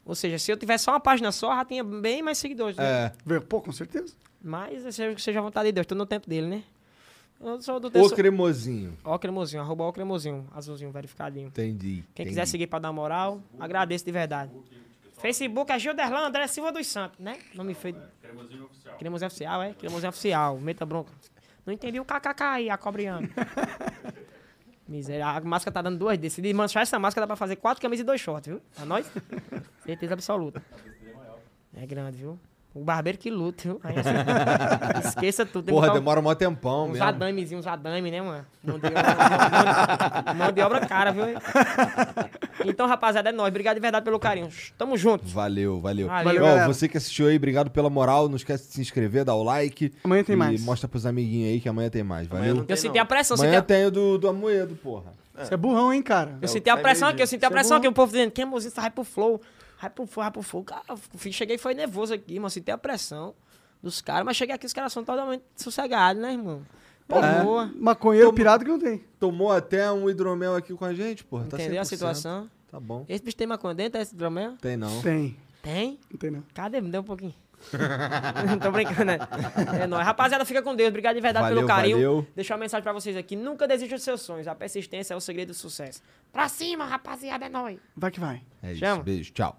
S4: Ou seja, se eu tivesse só uma página só, já tinha bem mais seguidores, né?
S2: É.
S3: Vê, Pô, com certeza.
S4: Mas seja, seja a vontade de Deus, tô no tempo dele, né? Eu sou do
S2: O
S4: tempo.
S2: cremosinho.
S4: Ó, cremosinho, arroba ó cremosinho, azulzinho, verificadinho.
S2: Entendi.
S4: Quem
S2: entendi.
S4: quiser seguir pra dar moral, agradeço de verdade. Facebook é Gilderlan André Silva dos Santos, né? Nome feio. Cremosinho Oficial, é? Cremosinho Oficial, meta bronca. Não entendi o kkk aí, acobriano. Miséria, a máscara tá dando duas desses. Se desmanchar essa máscara, dá pra fazer quatro camisas e dois shorts, viu? Pra nós, certeza absoluta. É grande, viu? O barbeiro que luta, viu? Aí, é assim, esqueça tudo. tem que
S2: Porra,
S4: botar um-
S2: demora mó tempão
S4: Uns
S2: mesmo.
S4: adamezinhos, uns adame, né, mano? Mão de obra, mão de- mão de obra cara, viu? Então, rapaziada, é nóis. Obrigado de verdade pelo carinho. Tamo junto.
S2: Valeu, valeu.
S4: Valeu,
S2: Valeu,
S3: galera.
S2: você que assistiu aí, obrigado pela moral. Não esquece de se inscrever, dar o like.
S3: Amanhã tem
S2: e
S3: mais.
S2: mostra pros amiguinhos aí que amanhã tem mais. Valeu.
S8: não
S4: Eu
S8: tem,
S4: senti a pressão, senti
S2: Amanhã
S4: a...
S2: tem o do, do Amoedo, porra.
S3: Você é burrão, hein, cara?
S4: eu senti a
S2: É
S8: sai
S4: pressão
S8: meio
S4: aqui,
S8: dia.
S4: eu senti a pressão aqui. O povo dizendo, que mozinho, vai pro flow. Vai pro flow, vai pro flow. Cara, eu fui- cheguei e foi nervoso aqui, mano. Senti a pressão dos caras, mas cheguei aqui, os caras são totalmente sossegados, né, irmão? Pô,
S2: é.
S4: boa.
S3: Maconheiro pirado que não tem.
S2: Tomou até um hidromel aqui com a gente, porra. Tá
S4: Entendeu a
S2: 100%.
S4: situação?
S2: Tá bom.
S4: Esse bicho tem maconha dentro, é esse dromel?
S2: Tem não.
S3: Tem.
S4: Tem?
S3: Não tem, não.
S4: Cadê? Me deu um pouquinho. Tô brincando, né? É nóis. Rapaziada, fica com Deus. Obrigado de verdade
S2: Valeu,
S4: pelo carinho.
S2: valeu.
S4: Deixar uma mensagem pra vocês aqui. Nunca desista dos seus sonhos. A persistência é o segredo do sucesso. Pra cima, rapaziada, é nóis.
S3: Vai que vai.
S2: É isso.
S4: Chama.
S2: Beijo, tchau.